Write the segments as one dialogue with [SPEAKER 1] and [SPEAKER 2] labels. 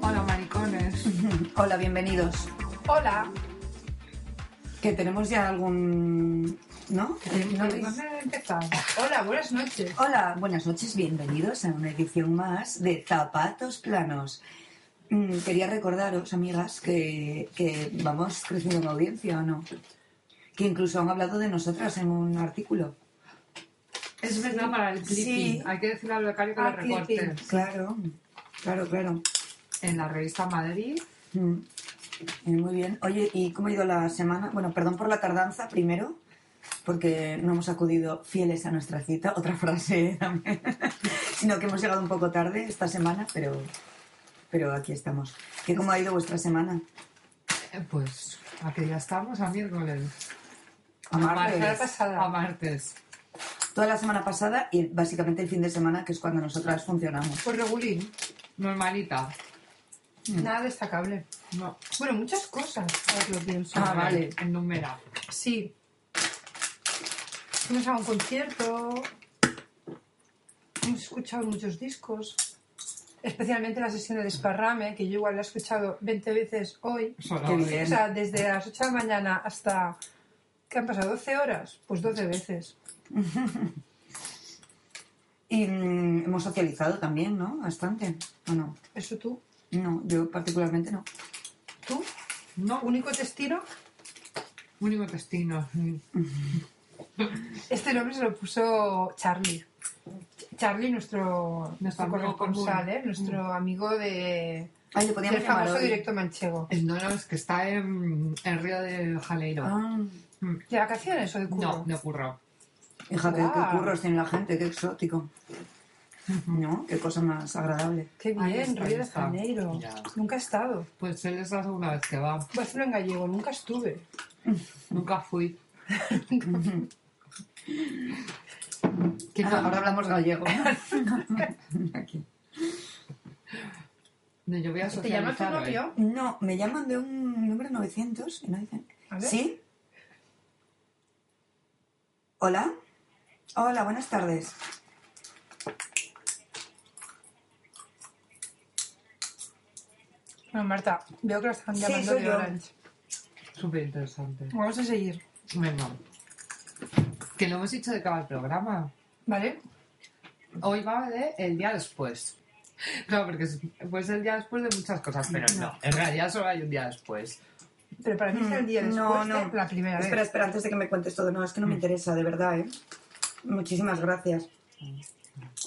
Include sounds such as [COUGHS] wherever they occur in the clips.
[SPEAKER 1] Hola, maricones.
[SPEAKER 2] Hola, bienvenidos.
[SPEAKER 1] Hola.
[SPEAKER 2] Que tenemos ya algún... ¿No? ¿No
[SPEAKER 1] ¿Por
[SPEAKER 2] habéis-
[SPEAKER 1] ¿Dónde empezamos? Hola, buenas noches.
[SPEAKER 2] Hola, buenas noches, bienvenidos a una edición más de Zapatos Planos. Mm, Quería recordaros, amigas, que, que vamos creciendo en audiencia, ¿o no? Que incluso han hablado de nosotras en un artículo.
[SPEAKER 1] Es verdad para el clipping.
[SPEAKER 2] Sí.
[SPEAKER 1] Hay que decirle al becario que
[SPEAKER 2] Ah,
[SPEAKER 1] lo recorte.
[SPEAKER 2] clipping. Claro, claro, claro.
[SPEAKER 1] En la revista Madrid.
[SPEAKER 2] Mm. Eh, Muy bien. Oye, ¿y cómo ha ido la semana? Bueno, perdón por la tardanza primero, porque no hemos acudido fieles a nuestra cita, otra [LAUGHS] frase también, sino que hemos llegado un poco tarde esta semana, pero, pero aquí estamos. ¿Qué cómo ha ido vuestra semana?
[SPEAKER 1] Eh, Pues, ¿a qué día estamos? A miércoles.
[SPEAKER 2] Amarles.
[SPEAKER 1] A martes.
[SPEAKER 2] Toda la semana pasada y básicamente el fin de semana, que es cuando nosotras funcionamos.
[SPEAKER 1] Pues regulín. Normalita. Nada destacable. No. Bueno, muchas cosas. A ver, lo pienso.
[SPEAKER 2] Ah, vale.
[SPEAKER 1] En número. Sí. Fuimos a un concierto. Hemos escuchado muchos discos. Especialmente la sesión de Desparrame, que yo igual la he escuchado 20 veces hoy.
[SPEAKER 2] Qué bien.
[SPEAKER 1] O sea, desde las 8 de la mañana hasta... ¿Qué han pasado? ¿12 horas? Pues 12 veces.
[SPEAKER 2] Y mm, hemos socializado también, ¿no? Bastante. ¿O no?
[SPEAKER 1] ¿Eso tú?
[SPEAKER 2] No, yo particularmente no.
[SPEAKER 1] ¿Tú? No. ¿Único destino?
[SPEAKER 3] Único destino.
[SPEAKER 1] Este nombre se lo puso Charlie. Ch- Charlie, nuestro, nuestro
[SPEAKER 3] amigo
[SPEAKER 1] corresponsal,
[SPEAKER 3] común.
[SPEAKER 1] ¿eh? nuestro amigo de,
[SPEAKER 2] Ay, le
[SPEAKER 1] del
[SPEAKER 2] podíamos llamar
[SPEAKER 1] famoso
[SPEAKER 2] hoy.
[SPEAKER 1] directo manchego.
[SPEAKER 3] El no, no, es que está en, en Río de Janeiro.
[SPEAKER 2] Ah.
[SPEAKER 1] ¿De vacaciones o de curro?
[SPEAKER 3] no, de curro.
[SPEAKER 2] Hija, qué,
[SPEAKER 1] Guau.
[SPEAKER 2] qué curros tiene la gente, qué exótico. ¿No? Qué cosa más agradable.
[SPEAKER 1] Qué
[SPEAKER 3] Ahí
[SPEAKER 1] bien,
[SPEAKER 3] está,
[SPEAKER 1] Río
[SPEAKER 3] ahí
[SPEAKER 1] de
[SPEAKER 3] está.
[SPEAKER 1] Janeiro.
[SPEAKER 3] Ya.
[SPEAKER 1] Nunca he estado.
[SPEAKER 3] Pues él es la segunda vez que va.
[SPEAKER 1] Voy a hacerlo en gallego, nunca estuve.
[SPEAKER 2] [LAUGHS]
[SPEAKER 3] Nunca fui.
[SPEAKER 2] Ah, ahora hablamos gallego.
[SPEAKER 1] [LAUGHS]
[SPEAKER 2] Aquí.
[SPEAKER 3] No, yo voy a
[SPEAKER 1] ¿Te llama tu
[SPEAKER 3] socializar hoy.
[SPEAKER 1] novio?
[SPEAKER 2] No, me llaman de un número 900 y no dicen.
[SPEAKER 1] A ver.
[SPEAKER 2] ¿Sí? ¿Hola? Hola, buenas tardes.
[SPEAKER 1] Bueno, ¿eh? Marta, veo que lo están
[SPEAKER 2] Sí,
[SPEAKER 1] llamando
[SPEAKER 2] soy
[SPEAKER 1] de
[SPEAKER 2] yo.
[SPEAKER 1] Orange.
[SPEAKER 3] Súper interesante.
[SPEAKER 1] Vamos a seguir,
[SPEAKER 3] Venga. Que no hemos dicho de qué va el programa.
[SPEAKER 1] ¿vale?
[SPEAKER 3] Hoy va de el día después. Claro, porque es pues el día después de muchas cosas, pero no. En realidad solo hay un día después.
[SPEAKER 1] Pero para mí es el día
[SPEAKER 2] Mm,
[SPEAKER 1] después
[SPEAKER 2] no,
[SPEAKER 1] de
[SPEAKER 2] no.
[SPEAKER 1] la primera
[SPEAKER 2] Espera,
[SPEAKER 1] vez.
[SPEAKER 2] espera, antes de que me cuentes todo. No, es que
[SPEAKER 3] Mm.
[SPEAKER 2] no me interesa, de verdad, ¿eh? Muchísimas gracias.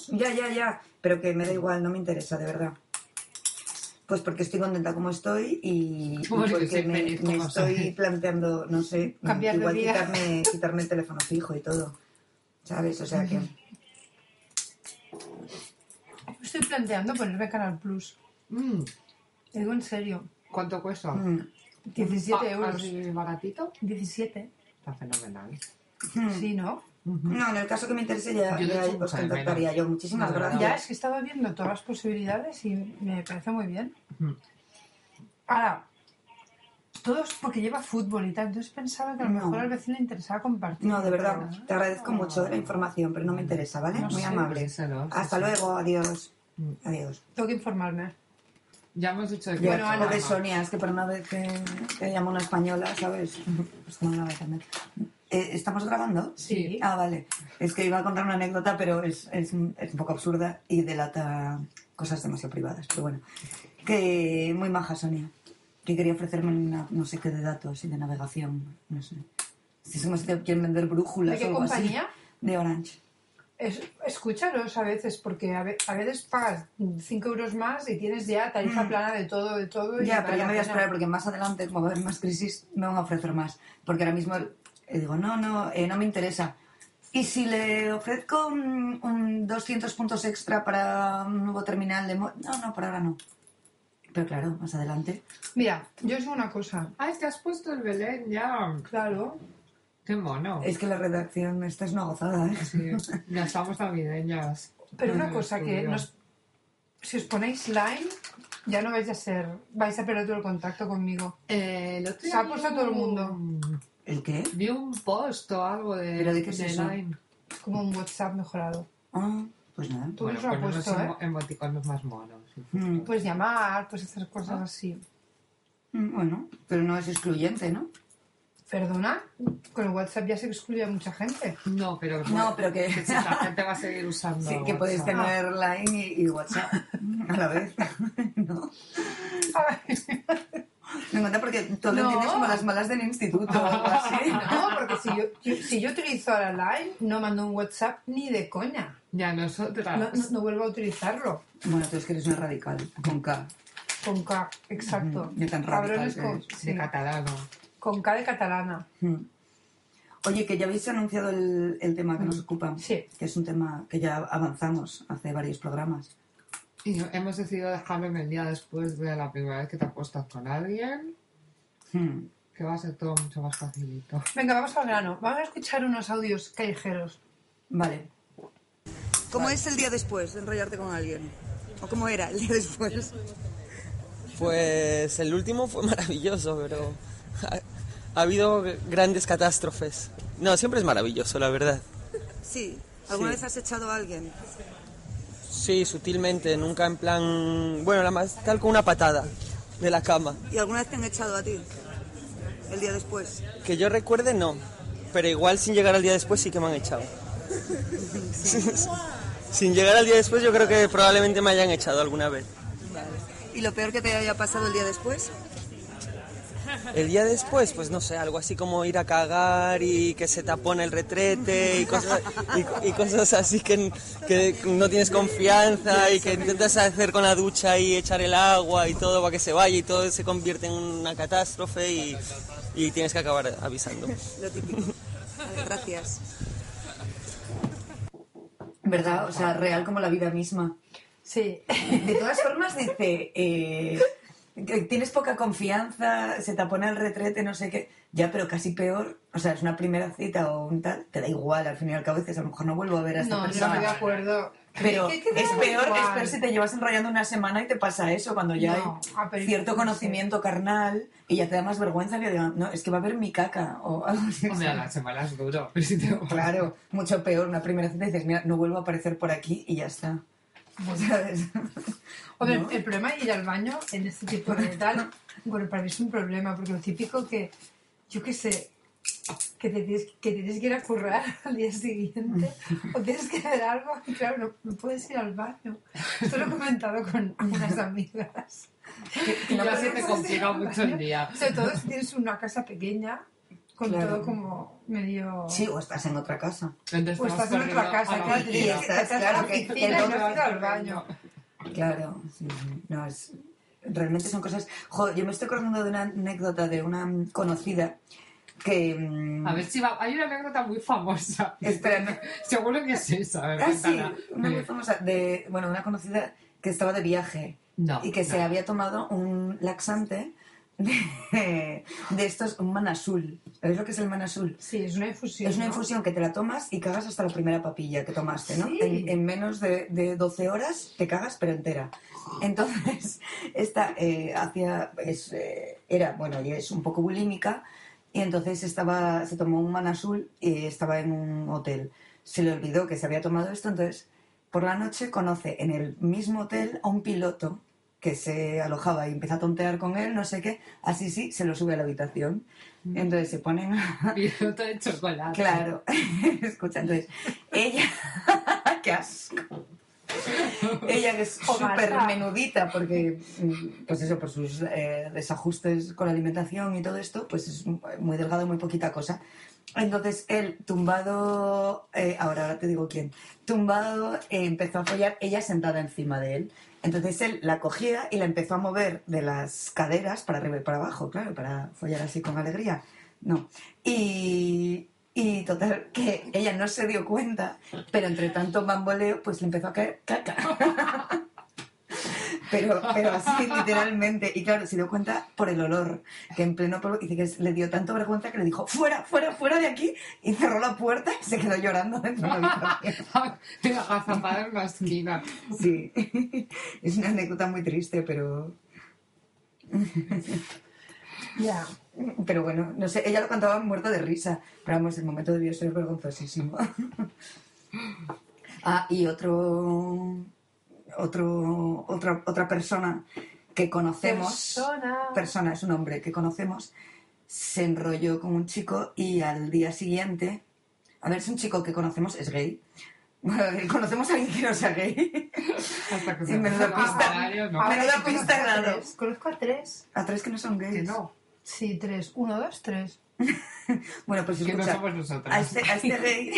[SPEAKER 2] Ya, ya, ya. Pero que me da igual, no me interesa, de verdad. Pues porque estoy contenta como estoy y, y
[SPEAKER 3] Porque
[SPEAKER 2] porque
[SPEAKER 3] estoy
[SPEAKER 2] me,
[SPEAKER 3] feliz como
[SPEAKER 2] me estoy
[SPEAKER 3] soy.
[SPEAKER 2] planteando, no sé,
[SPEAKER 1] Cambiar de
[SPEAKER 2] igual
[SPEAKER 1] vida.
[SPEAKER 2] quitarme, quitarme el teléfono fijo y todo. ¿Sabes? O sea que.
[SPEAKER 1] Estoy planteando ponerme Canal Plus.
[SPEAKER 3] Mm,
[SPEAKER 1] Te digo en serio.
[SPEAKER 3] ¿Cuánto cuesta?
[SPEAKER 2] mm,
[SPEAKER 1] 17
[SPEAKER 3] Ah,
[SPEAKER 1] euros.
[SPEAKER 3] así baratito?
[SPEAKER 1] 17.
[SPEAKER 3] Está fenomenal.
[SPEAKER 2] mm.
[SPEAKER 1] Sí, ¿no?
[SPEAKER 2] No, en el caso que me interese ya,
[SPEAKER 3] Yo le
[SPEAKER 2] ya
[SPEAKER 3] echo
[SPEAKER 2] os
[SPEAKER 3] mucha de
[SPEAKER 2] contactaría yo. Muchísimas
[SPEAKER 3] No, no, no.
[SPEAKER 2] gracias.
[SPEAKER 1] Ya es que estaba viendo todas las posibilidades y me parece muy bien.
[SPEAKER 3] Mm.
[SPEAKER 1] Ahora, todos porque lleva fútbol y tal, entonces pensaba que a lo
[SPEAKER 2] No.
[SPEAKER 1] mejor al vecino le interesaba compartir.
[SPEAKER 2] No, de verdad, te agradezco mucho de la información, pero no me interesa, ¿vale?
[SPEAKER 1] Ah. No
[SPEAKER 2] Muy
[SPEAKER 1] sé,
[SPEAKER 2] amable.
[SPEAKER 3] piénsalo, sí,
[SPEAKER 2] Hasta
[SPEAKER 3] sí.
[SPEAKER 2] luego, adiós.
[SPEAKER 3] Mm.
[SPEAKER 2] Adiós.
[SPEAKER 1] Tengo que informarme.
[SPEAKER 3] Ya hemos dicho de qué
[SPEAKER 2] Bueno,
[SPEAKER 3] va el
[SPEAKER 2] lo de
[SPEAKER 3] programa.
[SPEAKER 2] Sonia, es que por una vez que te llamo una española, ¿sabes? Pues como la vez también. Eh, ¿Estamos grabando?
[SPEAKER 1] Sí.
[SPEAKER 2] Ah, vale. Es que iba a contar una anécdota, pero es, es, un- es un poco absurda y delata cosas demasiado privadas. Pero bueno, que muy maja Sonia, que quería ofrecerme una no sé qué de datos y de navegación, no sé. Es como si te quieren vender brújulas
[SPEAKER 1] ¿De qué
[SPEAKER 2] o algo así.
[SPEAKER 1] compañía?
[SPEAKER 2] De Orange.
[SPEAKER 1] Es- escúchalos a veces, porque a, ve- a veces pagas 5 euros más y tienes ya tarifa plana de todo, de todo.
[SPEAKER 2] Mm.
[SPEAKER 1] y
[SPEAKER 2] Ya,
[SPEAKER 1] vale
[SPEAKER 2] pero yo me voy
[SPEAKER 1] la
[SPEAKER 2] a
[SPEAKER 1] pena.
[SPEAKER 2] esperar porque más adelante, como va a haber más crisis, me van a ofrecer más. Porque ahora mismo eh, digo, no, no, eh, no me interesa. Y si le ofrezco un, un 200 puntos extra para un nuevo terminal de... mo- No, no, por ahora no. Pero claro, más adelante.
[SPEAKER 1] Mira, yo os digo una cosa.
[SPEAKER 3] Ay, te Ah, has puesto el Belén ya.
[SPEAKER 1] Claro,
[SPEAKER 3] Qué mono.
[SPEAKER 2] Es que la redacción esta es una gozada, ¿eh?
[SPEAKER 3] Sí, ya estamos navideñas.
[SPEAKER 1] pero
[SPEAKER 3] En
[SPEAKER 1] una
[SPEAKER 3] el
[SPEAKER 1] cosa que
[SPEAKER 3] estudio.
[SPEAKER 1] nos- si os ponéis line, ya no vais a ser, vais a perder todo el contacto conmigo.
[SPEAKER 3] Eh, el otro
[SPEAKER 1] Se
[SPEAKER 3] día
[SPEAKER 1] ha
[SPEAKER 3] vi
[SPEAKER 1] puesto todo el
[SPEAKER 3] un-
[SPEAKER 2] ¿El qué?
[SPEAKER 3] Vi un post o algo de,
[SPEAKER 2] ¿Pero de qué es eso?
[SPEAKER 3] Line.
[SPEAKER 1] Es como un WhatsApp mejorado.
[SPEAKER 2] Ah, pues nada.
[SPEAKER 1] Tú
[SPEAKER 3] Bueno,
[SPEAKER 1] nos lo has
[SPEAKER 3] con unos
[SPEAKER 1] puesto, ¿eh?
[SPEAKER 3] emo- emoticonos más monos.
[SPEAKER 2] Mm,
[SPEAKER 1] Puedes Pues llamar, puedes hacer
[SPEAKER 2] Ah.
[SPEAKER 1] cosas así.
[SPEAKER 2] mm, Bueno, pero no es excluyente, ¿no?
[SPEAKER 1] Perdona, con el WhatsApp ya se excluye a mucha gente.
[SPEAKER 3] No, pero,
[SPEAKER 2] No, pero que- [LAUGHS]
[SPEAKER 3] si la gente va a seguir usando.
[SPEAKER 2] Sí, que
[SPEAKER 3] WhatsApp.
[SPEAKER 2] podéis tener Line y, y WhatsApp a la vez, [LAUGHS] ¿no? Me encanta porque todo lo
[SPEAKER 1] No.
[SPEAKER 2] entiendes como las malas del instituto o algo así.
[SPEAKER 1] [LAUGHS] No, porque si yo, yo- si yo utilizo ahora Line, no mando un WhatsApp ni de coña.
[SPEAKER 3] Ya nosotras.
[SPEAKER 1] No, no- no vuelvo a utilizarlo.
[SPEAKER 2] Bueno, tú es que eres una radical, con K.
[SPEAKER 1] Con K, exacto.
[SPEAKER 2] Ujú, yo tan eh, radical
[SPEAKER 1] Cabrones
[SPEAKER 2] que
[SPEAKER 1] con,
[SPEAKER 2] eres.
[SPEAKER 3] De
[SPEAKER 1] sí,
[SPEAKER 3] catalano.
[SPEAKER 1] con K de catalana.
[SPEAKER 2] Mm. Oye, que ya habéis anunciado el, el tema que nos ocupa.
[SPEAKER 1] Sí.
[SPEAKER 2] Que es un tema que ya avanzamos hace varios programas.
[SPEAKER 3] Y hemos decidido dejarlo en el día después de la primera vez que te acuestas con alguien,
[SPEAKER 2] Mm.
[SPEAKER 3] que va a ser todo mucho más facilito.
[SPEAKER 1] Venga, vamos al grano. Vamos a escuchar unos audios callejeros.
[SPEAKER 2] Vale.
[SPEAKER 4] ¿Cómo es el día después de enrollarte con alguien? ¿O cómo era el día después?
[SPEAKER 5] Pues el último fue [LAUGHS] maravilloso, pero ha, ha habido grandes catástrofes. No, siempre es maravilloso, la verdad.
[SPEAKER 4] Sí. ¿Alguna
[SPEAKER 5] Sí.
[SPEAKER 4] vez has echado a alguien?
[SPEAKER 5] Sí, sutilmente, nunca en plan, bueno, la más tal con una patada de la cama.
[SPEAKER 4] ¿Y alguna vez te han echado a ti? El día después.
[SPEAKER 5] Que yo recuerde, no. Pero igual sin llegar al día después sí que me han echado. [LAUGHS] sin llegar al día después yo creo que probablemente me hayan echado alguna vez.
[SPEAKER 4] ¿Y lo peor que te haya pasado el día después?
[SPEAKER 5] El día después, pues no sé, algo así como ir a cagar y que se tapone el retrete y cosas, y, y cosas así que, que no tienes confianza y que intentas hacer con la ducha y echar el agua y todo para que se vaya y todo se convierte en una catástrofe y, y tienes que acabar avisando.
[SPEAKER 4] Lo típico. Vale, gracias.
[SPEAKER 2] ¿Verdad? O sea, real como la vida misma.
[SPEAKER 1] [LAUGHS] Sí.
[SPEAKER 2] De todas formas, dice, eh, que tienes poca confianza, se tapona el retrete, no sé qué. Ya, pero casi peor, o sea, es una primera cita o un tal, te da igual, al fin y al cabo dices, a lo mejor no vuelvo a ver a esta
[SPEAKER 1] No, yo no
[SPEAKER 2] persona.
[SPEAKER 1] estoy de acuerdo.
[SPEAKER 2] Pero
[SPEAKER 1] ¿Qué- qué te
[SPEAKER 2] es
[SPEAKER 1] da
[SPEAKER 2] peor,
[SPEAKER 1] igual?
[SPEAKER 2] es peor si te llevas enrollando una semana y te pasa eso, cuando ya
[SPEAKER 1] No,
[SPEAKER 2] hay
[SPEAKER 1] ah, pero
[SPEAKER 2] cierto
[SPEAKER 1] yo no
[SPEAKER 2] conocimiento carnal y ya te da más vergüenza que digan, no, es que va a haber mi caca o algo así.
[SPEAKER 3] Hombre, a [LAUGHS] la semana es duro. pero si te [LAUGHS] vas.
[SPEAKER 2] Claro, mucho peor. Una primera cita y dices, mira, no vuelvo a aparecer por aquí y ya está. [LAUGHS] ¿Sabes?
[SPEAKER 1] Hombre,
[SPEAKER 2] ¿No?
[SPEAKER 1] el problema de ir al baño en este
[SPEAKER 2] [LAUGHS]
[SPEAKER 1] tipo de tal, bueno, para mí es un problema, porque lo típico que, yo qué sé, que te tienes que, te tienes que ir a currar [LAUGHS] al día siguiente o tienes que hacer algo, y claro, no, no puedes ir al baño. Esto lo he comentado
[SPEAKER 2] [LAUGHS]
[SPEAKER 1] con unas amigas.
[SPEAKER 3] Y ya se te
[SPEAKER 1] puedes ir
[SPEAKER 3] complica
[SPEAKER 1] al
[SPEAKER 3] mucho el
[SPEAKER 1] baño,
[SPEAKER 3] día.
[SPEAKER 1] Sobre todo si tienes una casa pequeña, con
[SPEAKER 2] Claro.
[SPEAKER 1] todo como medio...
[SPEAKER 2] Sí, o estás en otra casa.
[SPEAKER 3] Entonces
[SPEAKER 1] O
[SPEAKER 2] Pues
[SPEAKER 3] te vas
[SPEAKER 1] estás en otra
[SPEAKER 3] corriendo
[SPEAKER 1] casa,
[SPEAKER 3] a la
[SPEAKER 1] claro,
[SPEAKER 3] oficina.
[SPEAKER 1] tienes que-
[SPEAKER 2] estás,
[SPEAKER 1] estás en la
[SPEAKER 2] claro, que- que
[SPEAKER 1] oficina y no has ido al baño.
[SPEAKER 2] Claro, sí, sí. No, es, realmente son cosas... Jo, yo me estoy acordando de una anécdota de una mm, conocida que... mm,
[SPEAKER 3] A ver si va. Hay una anécdota muy famosa.
[SPEAKER 2] Espera, no.
[SPEAKER 3] [LAUGHS] Seguro que es esa. A ver,
[SPEAKER 2] Ah, sí,
[SPEAKER 3] cuéntala. Eh,
[SPEAKER 2] una muy famosa, de, bueno, una conocida que estaba de viaje
[SPEAKER 3] No,
[SPEAKER 2] y que se
[SPEAKER 3] no.
[SPEAKER 2] había tomado un laxante de, [LAUGHS] de estos, un manazul. ¿Sabéis lo que es el manazul?
[SPEAKER 1] Sí, es una infusión.
[SPEAKER 2] Es una
[SPEAKER 1] ¿no?
[SPEAKER 2] infusión que te la tomas y cagas hasta la primera papilla que tomaste, ¿no?
[SPEAKER 1] Sí.
[SPEAKER 2] En, en menos de, de 12 horas te cagas, pero entera. Entonces, [LAUGHS] esta eh, hacía, es, eh, era, bueno, y es un poco bulímica, y entonces estaba, se tomó un manazul y estaba en un hotel. Se le olvidó que se había tomado esto, entonces por la noche conoce en el mismo hotel a un piloto que se alojaba y empieza a tontear con él, no sé qué, así sí, se lo sube a la habitación.
[SPEAKER 1] Mm.
[SPEAKER 2] Entonces se ponen a,
[SPEAKER 3] [LAUGHS] Piloto de chocolate. [LAUGHS]
[SPEAKER 2] Claro, [LAUGHS] escucha, entonces, ella, [LAUGHS] qué asco. Ella que es
[SPEAKER 1] Omar,
[SPEAKER 2] súper
[SPEAKER 1] ah.
[SPEAKER 2] menudita porque, mm, pues eso, por sus eh, desajustes con la alimentación y todo esto, pues es muy delgada, muy poquita cosa. Entonces él, tumbado, eh, ahora, ahora te digo quién, tumbado, eh, empezó a follar, ella sentada encima de él. Entonces él la cogía y la empezó a mover de las caderas para arriba y para abajo, claro, para follar así con alegría. No. Y, y total, que ella no se dio cuenta, pero entre tanto bamboleo, pues le empezó a caer caca. [LAUGHS] Pero, pero así, literalmente. Y claro, se dio cuenta por el olor, que en pleno pueblo, dice que es- le dio tanto vergüenza que le dijo, fuera, fuera, fuera de aquí, y cerró la puerta y se quedó llorando dentro de la
[SPEAKER 3] [LAUGHS]
[SPEAKER 2] habitación.
[SPEAKER 3] Te agazapada en una esquina.
[SPEAKER 2] Sí, [LAUGHS] es una anécdota muy triste, pero...
[SPEAKER 1] Ya.
[SPEAKER 2] Pero bueno, no sé, ella lo contaba muerta de risa, pero vamos, el momento debió ser vergonzosísimo. [LAUGHS] ah, y otro, otro, otra, otra persona que conocemos,
[SPEAKER 1] Persona.
[SPEAKER 2] persona, es un hombre que conocemos, se enrolló con un chico y al día siguiente, a ver, es un chico que conocemos, es gay. [LAUGHS] conocemos a alguien que no sea gay. [LAUGHS]
[SPEAKER 3] Hasta que
[SPEAKER 2] Sí, menuda
[SPEAKER 3] Ah,
[SPEAKER 2] pista.
[SPEAKER 3] varios, no.
[SPEAKER 2] Ah,
[SPEAKER 1] Ahora
[SPEAKER 2] Menuda
[SPEAKER 1] yo conozco
[SPEAKER 2] pista,
[SPEAKER 1] a
[SPEAKER 2] claro.
[SPEAKER 1] tres. Conozco a tres.
[SPEAKER 2] a tres que no son gays.
[SPEAKER 3] Que no.
[SPEAKER 1] Sí, tres. Uno, dos, tres.
[SPEAKER 2] Bueno, pues
[SPEAKER 3] Que no
[SPEAKER 2] escucha,
[SPEAKER 3] somos nosotras.
[SPEAKER 2] A este, a este rey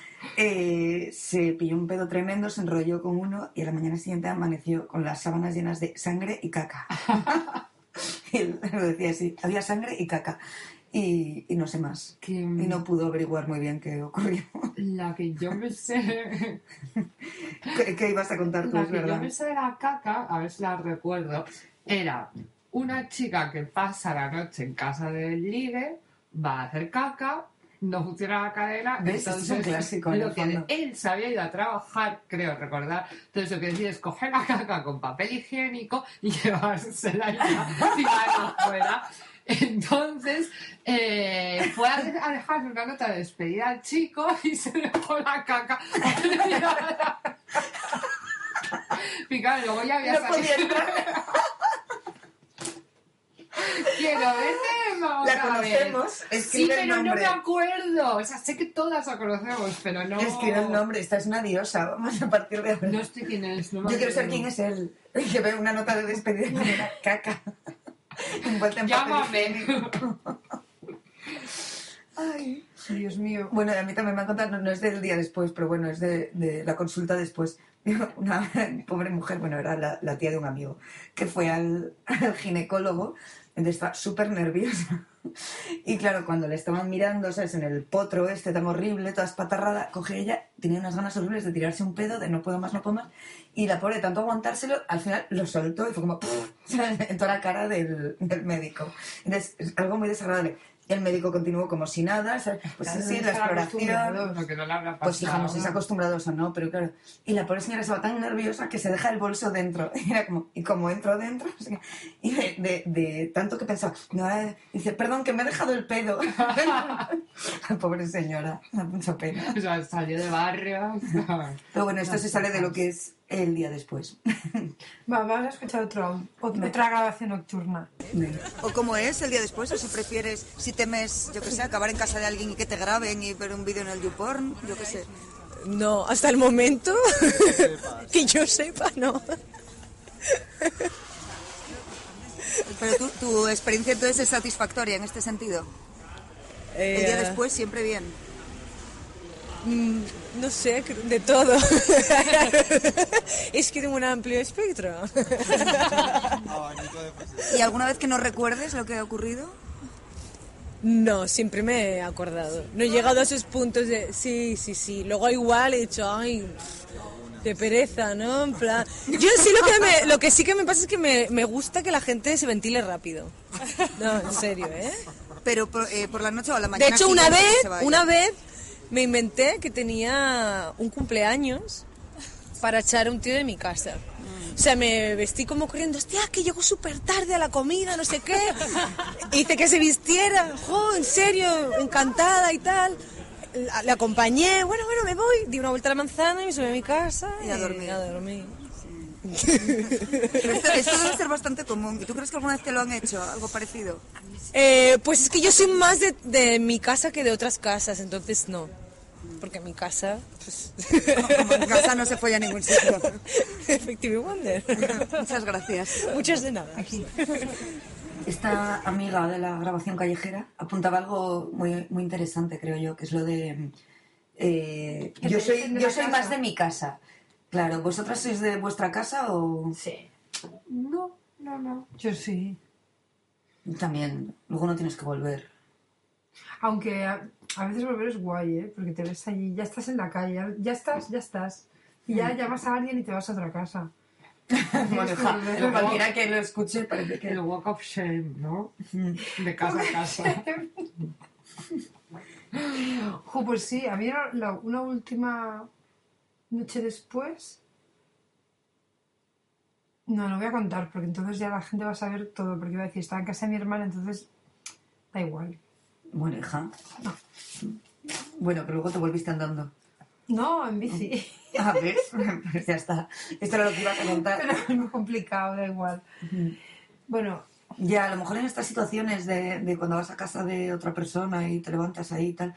[SPEAKER 2] [LAUGHS] eh, se pilló un pedo tremendo, se enrolló con uno y a la mañana siguiente amaneció con las sábanas llenas de sangre y [LAUGHS] caca. y él lo decía así, había sangre y caca. Y, y no sé más.
[SPEAKER 3] Que,
[SPEAKER 2] Y no pudo averiguar muy bien qué ocurrió.
[SPEAKER 3] [LAUGHS]
[SPEAKER 2] [LAUGHS]
[SPEAKER 3] La que yo me sé.
[SPEAKER 2] ¿Qué, qué ibas a contar tú,
[SPEAKER 3] La
[SPEAKER 2] es
[SPEAKER 3] que yo
[SPEAKER 2] verdad?
[SPEAKER 3] me sé de la caca, a ver si la recuerdo, era una chica que pasa la noche en casa del ligue, va a hacer caca, no funciona la cadera,
[SPEAKER 2] ¿Ves? Esto es
[SPEAKER 3] entonces
[SPEAKER 2] un clásico, en
[SPEAKER 3] lo
[SPEAKER 2] el
[SPEAKER 3] que
[SPEAKER 2] fondo.
[SPEAKER 3] él se había ido a trabajar, creo recordar, entonces lo que decía es coger la caca con papel higiénico y [LAUGHS] llevársela ya sin la afuera. Entonces eh, fue a, de- a dejarle una nota de despedida al chico y se dejó la caca. Y claro, luego ya había
[SPEAKER 2] No podía
[SPEAKER 3] salido.
[SPEAKER 2] entrar.
[SPEAKER 3] [LAUGHS] Quiero verla
[SPEAKER 2] La conocemos,
[SPEAKER 3] Sí,
[SPEAKER 2] escribe el
[SPEAKER 3] pero no
[SPEAKER 2] nombre.
[SPEAKER 3] me acuerdo. O sea, sé que todas la conocemos, pero no.
[SPEAKER 2] Escribe el nombre, esta es una diosa, vamos a partir de ahora.
[SPEAKER 3] No estoy quién es. No me
[SPEAKER 2] Yo quiero saber
[SPEAKER 3] acuerdo.
[SPEAKER 2] quién es él. Que veo una nota de despedida y me da caca. [LAUGHS] Envuelta en papel
[SPEAKER 3] Llámame.
[SPEAKER 2] higiénico. Ay.
[SPEAKER 1] Dios mío.
[SPEAKER 2] Bueno, a mí también me han contado, no, no es del día después, pero bueno, es de, de la consulta después. [LAUGHS] Una pobre mujer, bueno, era la, la tía de un amigo, que fue al, al ginecólogo, entonces estaba súper nerviosa. Y claro, cuando le estaban mirando, ¿sabes? En el potro este tan horrible, toda espatarrada, coge ella, tenía unas ganas horribles de tirarse un pedo, de no puedo más, no puedo más. Y la pobre, de tanto aguantárselo, al final lo soltó y fue como [LAUGHS] ¿sabes? en toda la cara del, del médico. Entonces, es algo muy desagradable. Y el médico continuó como si nada, ¿sabes? Pues sí,
[SPEAKER 1] Claro,
[SPEAKER 2] sí,
[SPEAKER 1] no
[SPEAKER 2] la
[SPEAKER 1] estaba acostumbrado.
[SPEAKER 2] exploración.
[SPEAKER 3] Lo que no le habrá pasado.
[SPEAKER 2] Pues hija, no sé si acostumbrados o no, pero claro. Y la pobre señora estaba tan nerviosa que se deja el bolso dentro. [LAUGHS] Y era como, ¿y como entro dentro? [LAUGHS] O sea, y de, de- de tanto que pensaba, no, eh, dice, perdón, que me he dejado el pedo. [LAUGHS] la pobre señora, da mucha pena.
[SPEAKER 3] O sea, salió de barrio. o sea.
[SPEAKER 2] Pero bueno, esto se sale de lo que es el día después. [LAUGHS]
[SPEAKER 1] Va, vamos a escuchar otro, ot- otra grabación nocturna.
[SPEAKER 2] Venga.
[SPEAKER 4] O como es el día después, o si prefieres, si temes, yo que sé, acabar en casa de alguien y que te graben y ver un vídeo en el YouPorn, yo que sé.
[SPEAKER 6] No, hasta el momento que yo sepa, no.
[SPEAKER 4] Pero tú- tu experiencia entonces es satisfactoria en este sentido. El día
[SPEAKER 6] Eh,
[SPEAKER 4] después siempre bien.
[SPEAKER 6] No sé, cre- de todo. [LAUGHS] es que tengo un amplio espectro.
[SPEAKER 4] ¿Y alguna vez que no recuerdes lo que ha ocurrido?
[SPEAKER 6] No, siempre me he acordado. No he llegado a esos puntos de sí, sí, sí. Luego igual he dicho, ay, de pereza, ¿no? En plan. Yo sí lo que, me- lo que sí que me pasa es que me, me gusta que la gente se ventile rápido. No, en serio, ¿eh?
[SPEAKER 4] Pero por, eh, por la noche o a la
[SPEAKER 6] De
[SPEAKER 4] mañana.
[SPEAKER 6] hecho, una
[SPEAKER 4] siguiente que
[SPEAKER 6] vez,
[SPEAKER 4] se vaya.
[SPEAKER 6] una vez me inventé que tenía un cumpleaños para echar a un tío de mi casa.
[SPEAKER 4] Mm.
[SPEAKER 6] O sea, me vestí como corriendo, hostia, que llegó súper tarde a la comida, no
[SPEAKER 4] [LAUGHS]
[SPEAKER 6] sé qué. Hice que se vistiera, jo, en serio, encantada y tal. La, la acompañé, bueno, bueno, me voy. Di una vuelta a la manzana y me subí a mi casa.
[SPEAKER 4] Y a dormir.
[SPEAKER 6] a dormir.
[SPEAKER 4] Pero esto, esto debe ser bastante común. ¿Y tú crees que alguna vez te lo han hecho? ¿Algo parecido?
[SPEAKER 6] [LAUGHS] Eh, pues es que yo soy más de, de mi casa que de otras casas, entonces no. Porque mi casa, pues...
[SPEAKER 4] Como en casa no se fue a ningún sitio.
[SPEAKER 6] [LAUGHS] Effective Wonder.
[SPEAKER 4] Muchas gracias.
[SPEAKER 6] Muchas de nada.
[SPEAKER 2] esta amiga de la grabación callejera apuntaba algo muy, muy interesante, creo yo, que es lo de... eh,
[SPEAKER 1] Que
[SPEAKER 2] yo
[SPEAKER 1] te
[SPEAKER 2] soy,
[SPEAKER 1] dicen de
[SPEAKER 2] yo
[SPEAKER 1] la
[SPEAKER 2] soy
[SPEAKER 1] casa.
[SPEAKER 2] más de mi casa. Claro, ¿vosotras sois de vuestra casa o...?
[SPEAKER 1] Sí.
[SPEAKER 3] No, no, no.
[SPEAKER 1] Yo sí.
[SPEAKER 2] También, luego no tienes que volver.
[SPEAKER 1] Aunque a, a veces volver es guay, ¿eh? Porque te ves allí, ya estás en la calle, ya, ya estás, ya estás. Y ya llamas a alguien y te vas a otra casa. pues,
[SPEAKER 2] Bueno, ja,
[SPEAKER 1] volver.
[SPEAKER 2] cualquiera que lo escuche parece que...
[SPEAKER 3] El walk of shame, ¿no? De casa
[SPEAKER 2] [LAUGHS]
[SPEAKER 3] a casa.
[SPEAKER 1] Jo, pues sí, a mí era la- una última noche después. No, no voy a contar, porque entonces ya la gente va a saber todo, porque iba a decir, estaba en casa de mi hermana, entonces da igual.
[SPEAKER 2] Bueno, hija. Bueno, pero luego te volviste andando.
[SPEAKER 1] No, en
[SPEAKER 3] Mm.
[SPEAKER 1] bici.
[SPEAKER 2] Ah, ¿ves? Pues ya está. Esto era lo que ibas a contar.
[SPEAKER 1] [LAUGHS] Pero es muy complicado, da igual. Bueno,
[SPEAKER 2] Ya, a lo mejor en estas situaciones de, de cuando vas a casa de otra persona y te levantas ahí y tal,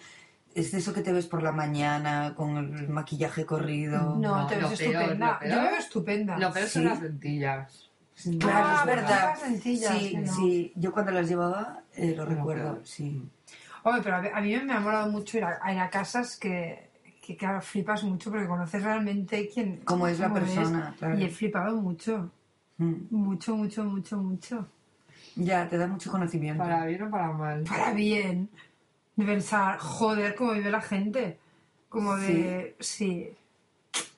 [SPEAKER 2] es de eso que te ves por la mañana con el maquillaje corrido.
[SPEAKER 1] no,
[SPEAKER 3] No,
[SPEAKER 1] te
[SPEAKER 3] lo
[SPEAKER 1] ves
[SPEAKER 3] peor,
[SPEAKER 1] estupenda.
[SPEAKER 3] lo peor.
[SPEAKER 1] Yo me veo estupenda.
[SPEAKER 3] Lo peor son
[SPEAKER 2] Sí.
[SPEAKER 3] las lentillas.
[SPEAKER 2] Claro,
[SPEAKER 1] Ah,
[SPEAKER 2] es verdad.
[SPEAKER 1] las lentillas,
[SPEAKER 2] Sí,
[SPEAKER 1] ¿no?
[SPEAKER 2] sí. Yo cuando las llevaba eh, lo recuerdo, sí.
[SPEAKER 1] Hombre, pero a ve- a mí me ha molado mucho ir a, a ir a casas que, que, claro, flipas mucho porque conoces realmente quién...
[SPEAKER 2] Cómo es la
[SPEAKER 1] cómo
[SPEAKER 2] persona, claro.
[SPEAKER 1] Y he flipado mucho,
[SPEAKER 2] Mm.
[SPEAKER 1] mucho, mucho, mucho, mucho.
[SPEAKER 2] Ya, te da mucho conocimiento.
[SPEAKER 3] Para bien o para mal.
[SPEAKER 1] Para bien, de pensar, joder, cómo vive la gente. Como de... Sí.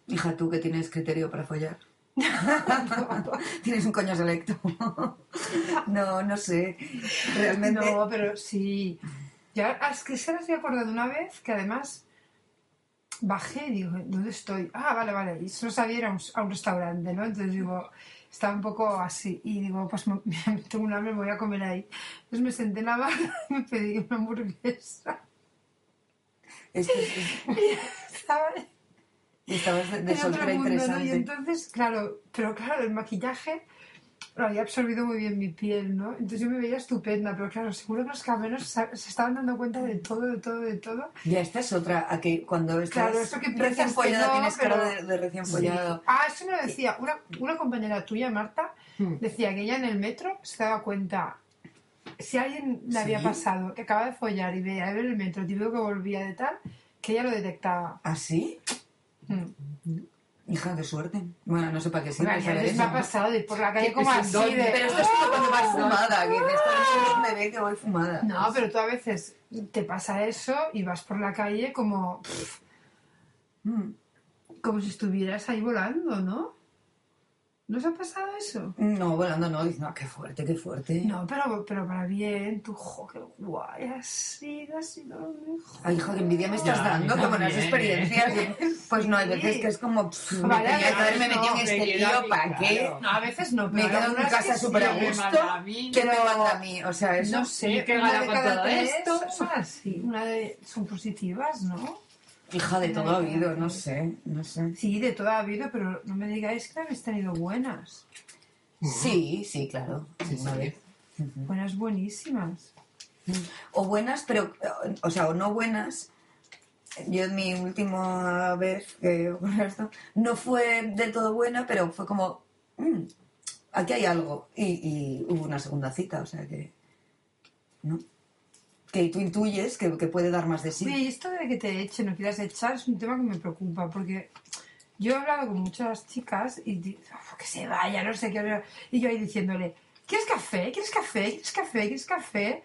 [SPEAKER 2] Hija, tú que tienes criterio para follar. [LAUGHS] tienes un coño selecto. [LAUGHS] no, no sé. Realmente.
[SPEAKER 1] No, pero sí. Ya, ah, es que se las me acordado una vez que además bajé y digo, ¿dónde estoy? Ah, vale, vale. Y solo sabía ir a un, a un restaurante, ¿no? Entonces digo, estaba un poco así. Y digo, pues me, [LAUGHS] me- tengo un hambre, me voy a comer ahí. Entonces me senté en la barra [LAUGHS] y me pedí una hamburguesa.
[SPEAKER 2] Es que es-
[SPEAKER 1] Estaba
[SPEAKER 2] estabas de, de
[SPEAKER 1] en otro
[SPEAKER 2] soltera
[SPEAKER 1] mundo, ¿no? Y
[SPEAKER 2] interesante.
[SPEAKER 1] entonces, claro, pero claro, el maquillaje lo había absorbido muy bien mi piel, ¿no? Entonces yo me veía estupenda, pero claro, seguro que los cameros sa- se estaban dando cuenta de todo, de todo, de todo.
[SPEAKER 2] Ya, esta es otra, a que cuando estás
[SPEAKER 1] Claro, eso que
[SPEAKER 2] recién
[SPEAKER 1] piensas que
[SPEAKER 2] follada
[SPEAKER 1] no,
[SPEAKER 2] tienes
[SPEAKER 1] pero-
[SPEAKER 2] cara de, de recién follado.
[SPEAKER 1] Ah, eso me lo decía. Una, una compañera tuya, Marta,
[SPEAKER 2] Hmm.
[SPEAKER 1] decía que ella en el metro se daba cuenta. Si alguien le había pasado, que acaba de follar y veía en el metro, típico que volvía de tal, que ella lo detectaba.
[SPEAKER 2] ¿Así?
[SPEAKER 1] Mm.
[SPEAKER 2] ¿Ah, Hija, qué suerte. Bueno, no sé para qué sirve
[SPEAKER 1] Bueno, y a
[SPEAKER 2] saber
[SPEAKER 1] veces me
[SPEAKER 2] eso.
[SPEAKER 1] ha pasado de ir por la calle
[SPEAKER 3] Qué
[SPEAKER 1] como así
[SPEAKER 3] pesindón.
[SPEAKER 1] de... ¡Ah!
[SPEAKER 2] Pero esto es como cuando vas fumada, que dices, "Esto no se ve que voy fumada.
[SPEAKER 1] No, pero tú a veces te pasa eso y vas por la calle como...
[SPEAKER 2] Mm.
[SPEAKER 1] Como si estuvieras ahí volando, ¿no? ¿No os ha pasado eso?
[SPEAKER 2] No, volando no, dices, no, qué fuerte, qué fuerte.
[SPEAKER 1] No, pero, pero para bien, tú, jo, qué guay, así, así, no, hijo.
[SPEAKER 2] Ay, hija, qué envidia me estás
[SPEAKER 3] Ya,
[SPEAKER 2] dando,
[SPEAKER 3] yo
[SPEAKER 2] qué buenas
[SPEAKER 3] también,
[SPEAKER 2] experiencias. Pues no, hay veces que es como, pff, me
[SPEAKER 1] Vale,
[SPEAKER 2] quería
[SPEAKER 1] no,
[SPEAKER 2] haberme
[SPEAKER 1] no,
[SPEAKER 2] metido en
[SPEAKER 3] me
[SPEAKER 2] este
[SPEAKER 3] quedo
[SPEAKER 2] lío,
[SPEAKER 3] aquí,
[SPEAKER 2] ¿para qué?
[SPEAKER 3] claro.
[SPEAKER 1] No, a veces no,
[SPEAKER 2] Me
[SPEAKER 1] pero
[SPEAKER 2] quedo en
[SPEAKER 1] algunas
[SPEAKER 2] casa
[SPEAKER 1] que sí.
[SPEAKER 2] súper a
[SPEAKER 3] me
[SPEAKER 2] gusto. Pues
[SPEAKER 3] manda a mí.
[SPEAKER 2] ¿Qué me manda a mí? O sea, eso
[SPEAKER 1] No sé,
[SPEAKER 3] qué
[SPEAKER 1] una
[SPEAKER 3] gana
[SPEAKER 1] de
[SPEAKER 3] con
[SPEAKER 1] cada
[SPEAKER 3] todo
[SPEAKER 1] tres
[SPEAKER 3] esto.
[SPEAKER 2] [LAUGHS]
[SPEAKER 1] son así, una de, son positivas, ¿no?
[SPEAKER 2] Hija de todo ha habido, no sé, no sé.
[SPEAKER 1] Sí, de toda ha habido, pero no me digáis que no habéis tenido buenas,
[SPEAKER 2] Sí, sí, claro. una vez.
[SPEAKER 1] buenas buenísimas.
[SPEAKER 2] O buenas, pero, eh, o sea, o no buenas. Yo en mi última vez que ocurrió esto, no fue del todo buena, pero fue como, "Mm, aquí hay algo. Y, y hubo una segunda cita, o sea que, ¿no? Que tú intuyes que, que puede dar más de sí.
[SPEAKER 1] Oye, y esto de que te echen o quieras echar es un tema que me preocupa, porque yo he hablado con muchas chicas y di- "Uf, que se vaya, no sé qué. Y yo ahí diciéndole, ¿quieres café? ¿Quieres café? ¿Quieres café? ¿Quieres café?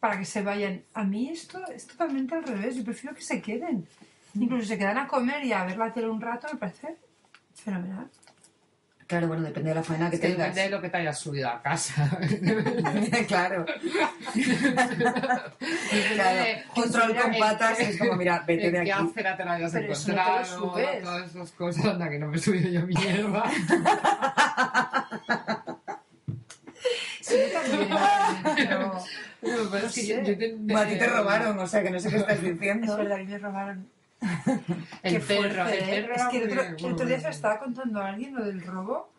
[SPEAKER 1] Para que se vayan. A mí esto es totalmente al revés, yo prefiero que se queden. Incluso se quedan a comer y a ver la tele un rato, me parece fenomenal.
[SPEAKER 2] Claro, bueno, depende de la faena que
[SPEAKER 3] Es que
[SPEAKER 2] tengas.
[SPEAKER 3] depende de lo que te hayas subido a casa.
[SPEAKER 2] [LAUGHS] claro. claro.
[SPEAKER 3] de-
[SPEAKER 2] Un troll con patas es como,
[SPEAKER 3] [LAUGHS]
[SPEAKER 2] mira, vete de
[SPEAKER 3] ¿Qué
[SPEAKER 2] aquí.
[SPEAKER 3] acera te la habías
[SPEAKER 1] Pero eso no te lo
[SPEAKER 3] encontrado?
[SPEAKER 1] subes.
[SPEAKER 3] Todas esas cosas. Anda, que no me he subido
[SPEAKER 1] [LAUGHS]
[SPEAKER 3] yo mierda.
[SPEAKER 1] Sí, yo también, pero
[SPEAKER 3] No, pero es que yo- yo te-
[SPEAKER 2] Bueno, a
[SPEAKER 3] [LAUGHS]
[SPEAKER 2] ti te robaron, o sea, que no sé qué estás
[SPEAKER 1] [LAUGHS] es [LAUGHS]
[SPEAKER 2] diciendo.
[SPEAKER 1] verdad, a mí me robaron
[SPEAKER 3] El
[SPEAKER 1] Qué fuerte,
[SPEAKER 3] perro, el
[SPEAKER 1] ¿eh?
[SPEAKER 3] perro.
[SPEAKER 1] Es que el otro,
[SPEAKER 3] me-
[SPEAKER 1] el otro día se lo estaba contando a alguien lo del robo.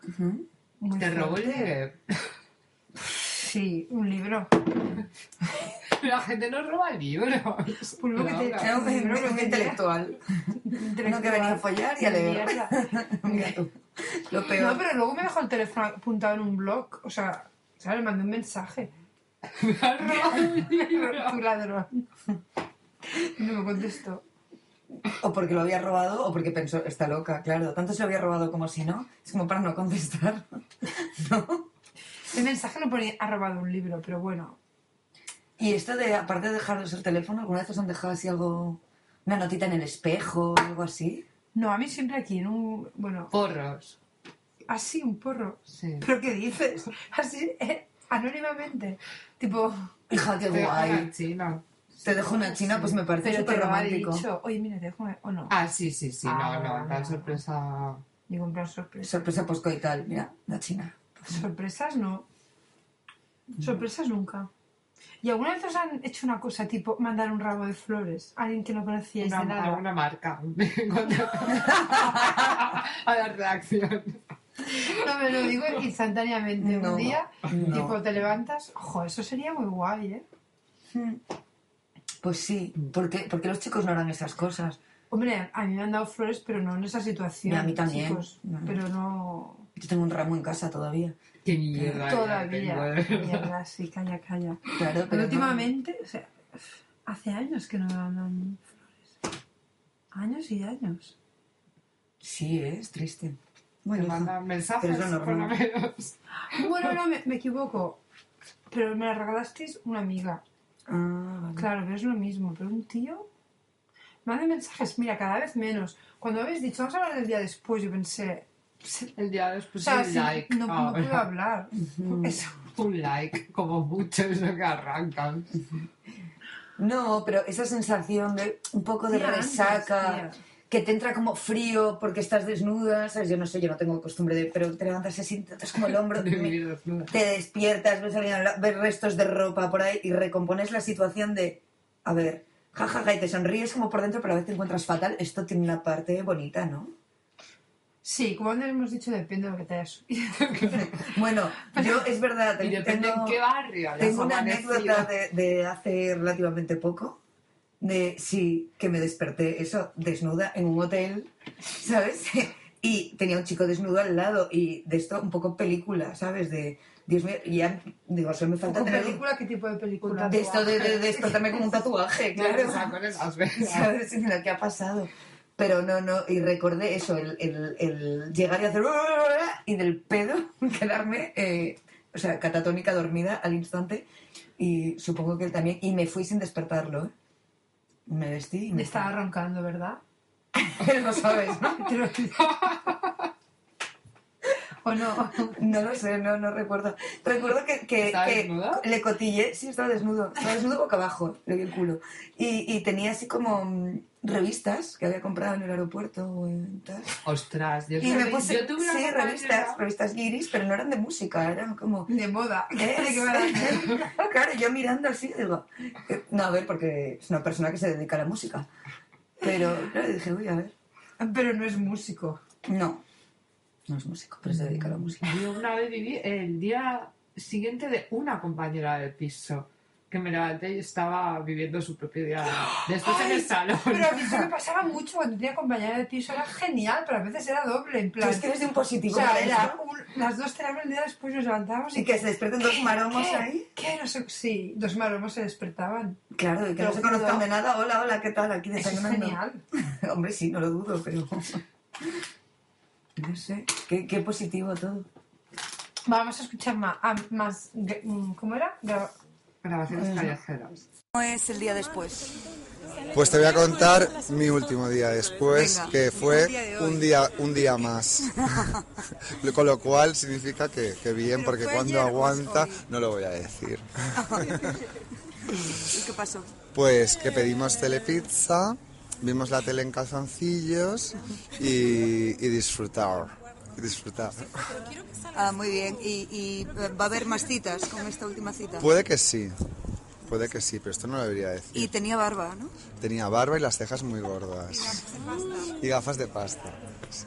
[SPEAKER 1] Muy
[SPEAKER 3] Te robó el
[SPEAKER 1] fuerte.
[SPEAKER 3] bebé.
[SPEAKER 1] Sí, un libro.
[SPEAKER 3] [LAUGHS] La gente no roba [LAUGHS] libros.
[SPEAKER 1] Pues lo que te-
[SPEAKER 3] Laura.
[SPEAKER 2] Era un, era un intelectual. Uno que venía a follar y a leer.
[SPEAKER 1] [LAUGHS] Mierda.
[SPEAKER 2] Mira tú. Lo
[SPEAKER 1] No,
[SPEAKER 2] peor.
[SPEAKER 1] pero luego me dejó el teléfono apuntado en un blog. O sea, Claro, le mandé un mensaje.
[SPEAKER 3] Me has
[SPEAKER 1] [LAUGHS]
[SPEAKER 3] robado un libro.
[SPEAKER 1] Tu ladrón. Y No me contestó.
[SPEAKER 2] O porque lo había robado o porque pensó, está loca, claro. Tanto se lo había robado como si no. Es como para no contestar. ¿No?
[SPEAKER 1] El mensaje no ponía, ha robado un libro, pero bueno.
[SPEAKER 2] Y esto de, aparte de dejar de usar teléfono, ¿alguna vez os han dejado así algo, una notita en el espejo o algo así?
[SPEAKER 1] No, a mí siempre aquí en un... Bueno,
[SPEAKER 3] Porros.
[SPEAKER 1] así un porro.
[SPEAKER 3] Sí.
[SPEAKER 1] ¿Pero qué dices? Así, eh, anónimamente. Tipo,
[SPEAKER 2] Hija, qué
[SPEAKER 3] Te dejo
[SPEAKER 2] guay.
[SPEAKER 3] una china.
[SPEAKER 2] Te dejo una china, pues me parece
[SPEAKER 1] pero te
[SPEAKER 2] súper
[SPEAKER 1] lo ha
[SPEAKER 2] romántico.
[SPEAKER 1] dicho. Oye, mira, te dejo... ¿O no?
[SPEAKER 3] Ah, sí, sí, sí.
[SPEAKER 1] Ah.
[SPEAKER 3] no, no. La sorpresa.
[SPEAKER 1] Digo, en plan sorpresa.
[SPEAKER 2] Sorpresa poscoital, pues, mira, la china.
[SPEAKER 1] Sorpresas no.
[SPEAKER 2] Mm.
[SPEAKER 1] Sorpresas nunca. ¿Y alguna vez os han hecho una cosa tipo mandar un ramo de flores a alguien que no conocíais
[SPEAKER 3] Una,
[SPEAKER 1] de nada?
[SPEAKER 3] una marca. [LAUGHS] Cuando- a la redacción.
[SPEAKER 1] No, me lo digo instantáneamente.
[SPEAKER 2] No,
[SPEAKER 1] un día,
[SPEAKER 2] no.
[SPEAKER 1] tipo, te levantas. Ojo, eso sería muy guay, ¿eh?
[SPEAKER 2] Pues sí, porque, porque los chicos no harán esas cosas.
[SPEAKER 1] Hombre, a mí me han dado flores, pero no en esa situación.
[SPEAKER 2] Y a mí también.
[SPEAKER 1] chicos.
[SPEAKER 2] Mm.
[SPEAKER 1] Pero no.
[SPEAKER 2] Yo tengo un ramo en casa todavía.
[SPEAKER 3] Qué mierda. ya
[SPEAKER 1] Todavía.
[SPEAKER 3] tengo,
[SPEAKER 1] [LAUGHS]
[SPEAKER 3] de verdad.
[SPEAKER 1] Mierda, sí, calla, calla.
[SPEAKER 2] Claro, pero
[SPEAKER 1] Pero
[SPEAKER 2] no.
[SPEAKER 1] últimamente, o sea, hace años que no me mandan flores. Años y años.
[SPEAKER 2] Sí, ¿eh? es triste. Bueno,
[SPEAKER 3] Te
[SPEAKER 2] hija,
[SPEAKER 3] mandan mensajes,
[SPEAKER 2] pero es lo
[SPEAKER 3] por lo
[SPEAKER 2] normal.
[SPEAKER 3] menos.
[SPEAKER 1] Bueno, no, me, me equivoco. Pero me la regalasteis una amiga.
[SPEAKER 2] Ah, vale.
[SPEAKER 1] Claro, pero es lo mismo. Pero un tío. Manda mensajes, mira, cada vez menos. Cuando habéis dicho, vamos a hablar del día después, yo pensé. se-
[SPEAKER 3] El día
[SPEAKER 1] O
[SPEAKER 3] después
[SPEAKER 1] sea,
[SPEAKER 3] un
[SPEAKER 1] sí,
[SPEAKER 3] like.
[SPEAKER 1] no,
[SPEAKER 2] oh.
[SPEAKER 1] no
[SPEAKER 3] ahora.
[SPEAKER 1] puedo hablar. Eso.
[SPEAKER 3] Un like, como muchos que arrancan.
[SPEAKER 2] No, pero esa sensación de un poco de
[SPEAKER 1] Tía, antes,
[SPEAKER 2] resaca,
[SPEAKER 1] tía.
[SPEAKER 2] que te entra como frío porque estás desnuda, ¿sabes? Yo no sé, yo no tengo costumbre de... Pero te levantas así, te das como el hombro,
[SPEAKER 3] [LAUGHS] De
[SPEAKER 2] me-
[SPEAKER 3] vivir desnuda.
[SPEAKER 2] te despiertas, ves, alguien habla- ves restos de ropa por ahí y recompones la situación de, a ver, jajaja, y te sonríes como por dentro, pero a veces te encuentras fatal. Esto tiene una parte bonita, ¿no?
[SPEAKER 1] Sí, como antes hemos dicho, depende de lo que te hayas subido.
[SPEAKER 3] [LAUGHS]
[SPEAKER 2] Bueno, yo es verdad,
[SPEAKER 3] Y depende
[SPEAKER 2] tengo-
[SPEAKER 3] en qué barrio. las
[SPEAKER 2] Tengo una
[SPEAKER 3] amanecidas.
[SPEAKER 2] anécdota de, de hace relativamente poco, de sí, que me desperté, eso, desnuda en un hotel, ¿sabes? [LAUGHS] Y tenía un chico desnudo al lado y de esto un poco película, ¿sabes? De, Dios mío, y ya, digo, solo me falta
[SPEAKER 1] ¿Con
[SPEAKER 2] tener...
[SPEAKER 1] película? ¿Qué tipo de película?
[SPEAKER 2] De esto de, de despertarme con un
[SPEAKER 3] [LAUGHS]
[SPEAKER 2] tatuaje,
[SPEAKER 3] Claro, o sea,
[SPEAKER 2] claro.
[SPEAKER 3] con esas veces.
[SPEAKER 2] [LAUGHS] ¿Sabes? Y lo que ha pasado. Pero no, no, y recordé eso, el, el- el llegar y hacer... [LAUGHS] Y del pedo [LAUGHS] quedarme, eh, o sea, catatónica dormida al instante. Y supongo que él también. Y me fui sin despertarlo, ¿eh? Me vestí y me
[SPEAKER 1] Estaba roncando, ¿verdad?
[SPEAKER 2] fui. [LAUGHS] lo sabes, ¿no?
[SPEAKER 1] Te lo digo. ¿O no?
[SPEAKER 2] [LAUGHS] No lo sé, no, no recuerdo. Recuerdo que, que-
[SPEAKER 3] ¿Estaba
[SPEAKER 2] que
[SPEAKER 3] desnudo?
[SPEAKER 2] le cotillé, sí, estaba desnudo, estaba desnudo boca abajo, le vi el culo. Y, y tenía así como mm, revistas que había comprado en el aeropuerto o en tal.
[SPEAKER 3] Ostras, yo,
[SPEAKER 2] Y me puse,
[SPEAKER 3] yo tuve una
[SPEAKER 2] sí,
[SPEAKER 3] compañera-
[SPEAKER 2] revistas, revistas guiris, pero no eran de música, eran como...
[SPEAKER 1] [LAUGHS] De moda.
[SPEAKER 2] ¿eh?
[SPEAKER 1] ¿De qué va la-
[SPEAKER 2] [LAUGHS] claro, yo mirando así, digo, eh, no, a ver, porque es una persona que se dedica a la música. Pero, claro, dije, uy, a ver,
[SPEAKER 1] Pero no es músico.
[SPEAKER 2] no, no es músico, pero se dedica a la música.
[SPEAKER 3] Yo una vez viví el día siguiente de una compañera de piso que me levanté y estaba viviendo su propio día. Después Pues en el salón.
[SPEAKER 1] Pero a mí eso me pasaba mucho cuando tenía compañera de piso, era genial, pero a veces era doble, en
[SPEAKER 2] Tú
[SPEAKER 1] plan.
[SPEAKER 2] es que eres de un
[SPEAKER 1] O
[SPEAKER 2] positivo.
[SPEAKER 1] sea,
[SPEAKER 2] para
[SPEAKER 1] era
[SPEAKER 2] esto.
[SPEAKER 1] un- las dos cerebros el día después nos levantábamos y
[SPEAKER 2] Y que se despierten dos maromos ahí.
[SPEAKER 1] ¿Qué? No sé- sí, dos maromos se despertaban.
[SPEAKER 2] Claro, y que no
[SPEAKER 1] Te
[SPEAKER 2] se
[SPEAKER 1] lo juro.
[SPEAKER 2] conozcan de nada. Hola, hola, ¿qué tal? Aquí
[SPEAKER 1] Eso es
[SPEAKER 2] desayunando.
[SPEAKER 1] genial.
[SPEAKER 2] [LAUGHS] Hombre, sí, no lo dudo, pero... [LAUGHS] No sé, qué, qué positivo todo.
[SPEAKER 1] Vamos a escuchar más. ah, más gra- mm, ¿Cómo era? Gra-
[SPEAKER 3] Grabaciones callejeras.
[SPEAKER 4] ¿Cómo es el día después?
[SPEAKER 7] Pues te voy a contar mi último día después,
[SPEAKER 4] Venga,
[SPEAKER 7] que
[SPEAKER 4] el día
[SPEAKER 7] fue
[SPEAKER 4] de hoy.
[SPEAKER 7] un día, un día más. [LAUGHS] Con lo cual significa que, que bien,
[SPEAKER 4] Pero
[SPEAKER 7] porque
[SPEAKER 4] fue
[SPEAKER 7] cuando
[SPEAKER 4] ayer o es
[SPEAKER 7] aguanta
[SPEAKER 4] hoy.
[SPEAKER 7] no lo voy a decir.
[SPEAKER 4] ¿Y qué pasó?
[SPEAKER 7] Pues que pedimos telepizza, vimos la tele en calzoncillos y, y disfrutar. y disfrutar.
[SPEAKER 4] Ah, muy bien. ¿Y, y, eh, va a haber más citas con esta última cita?
[SPEAKER 7] Puede que sí, puede que sí, pero esto no lo debería decir.
[SPEAKER 4] Y tenía barba, ¿no?
[SPEAKER 7] Tenía barba y las cejas muy gordas. Y gafas de pasta. sí.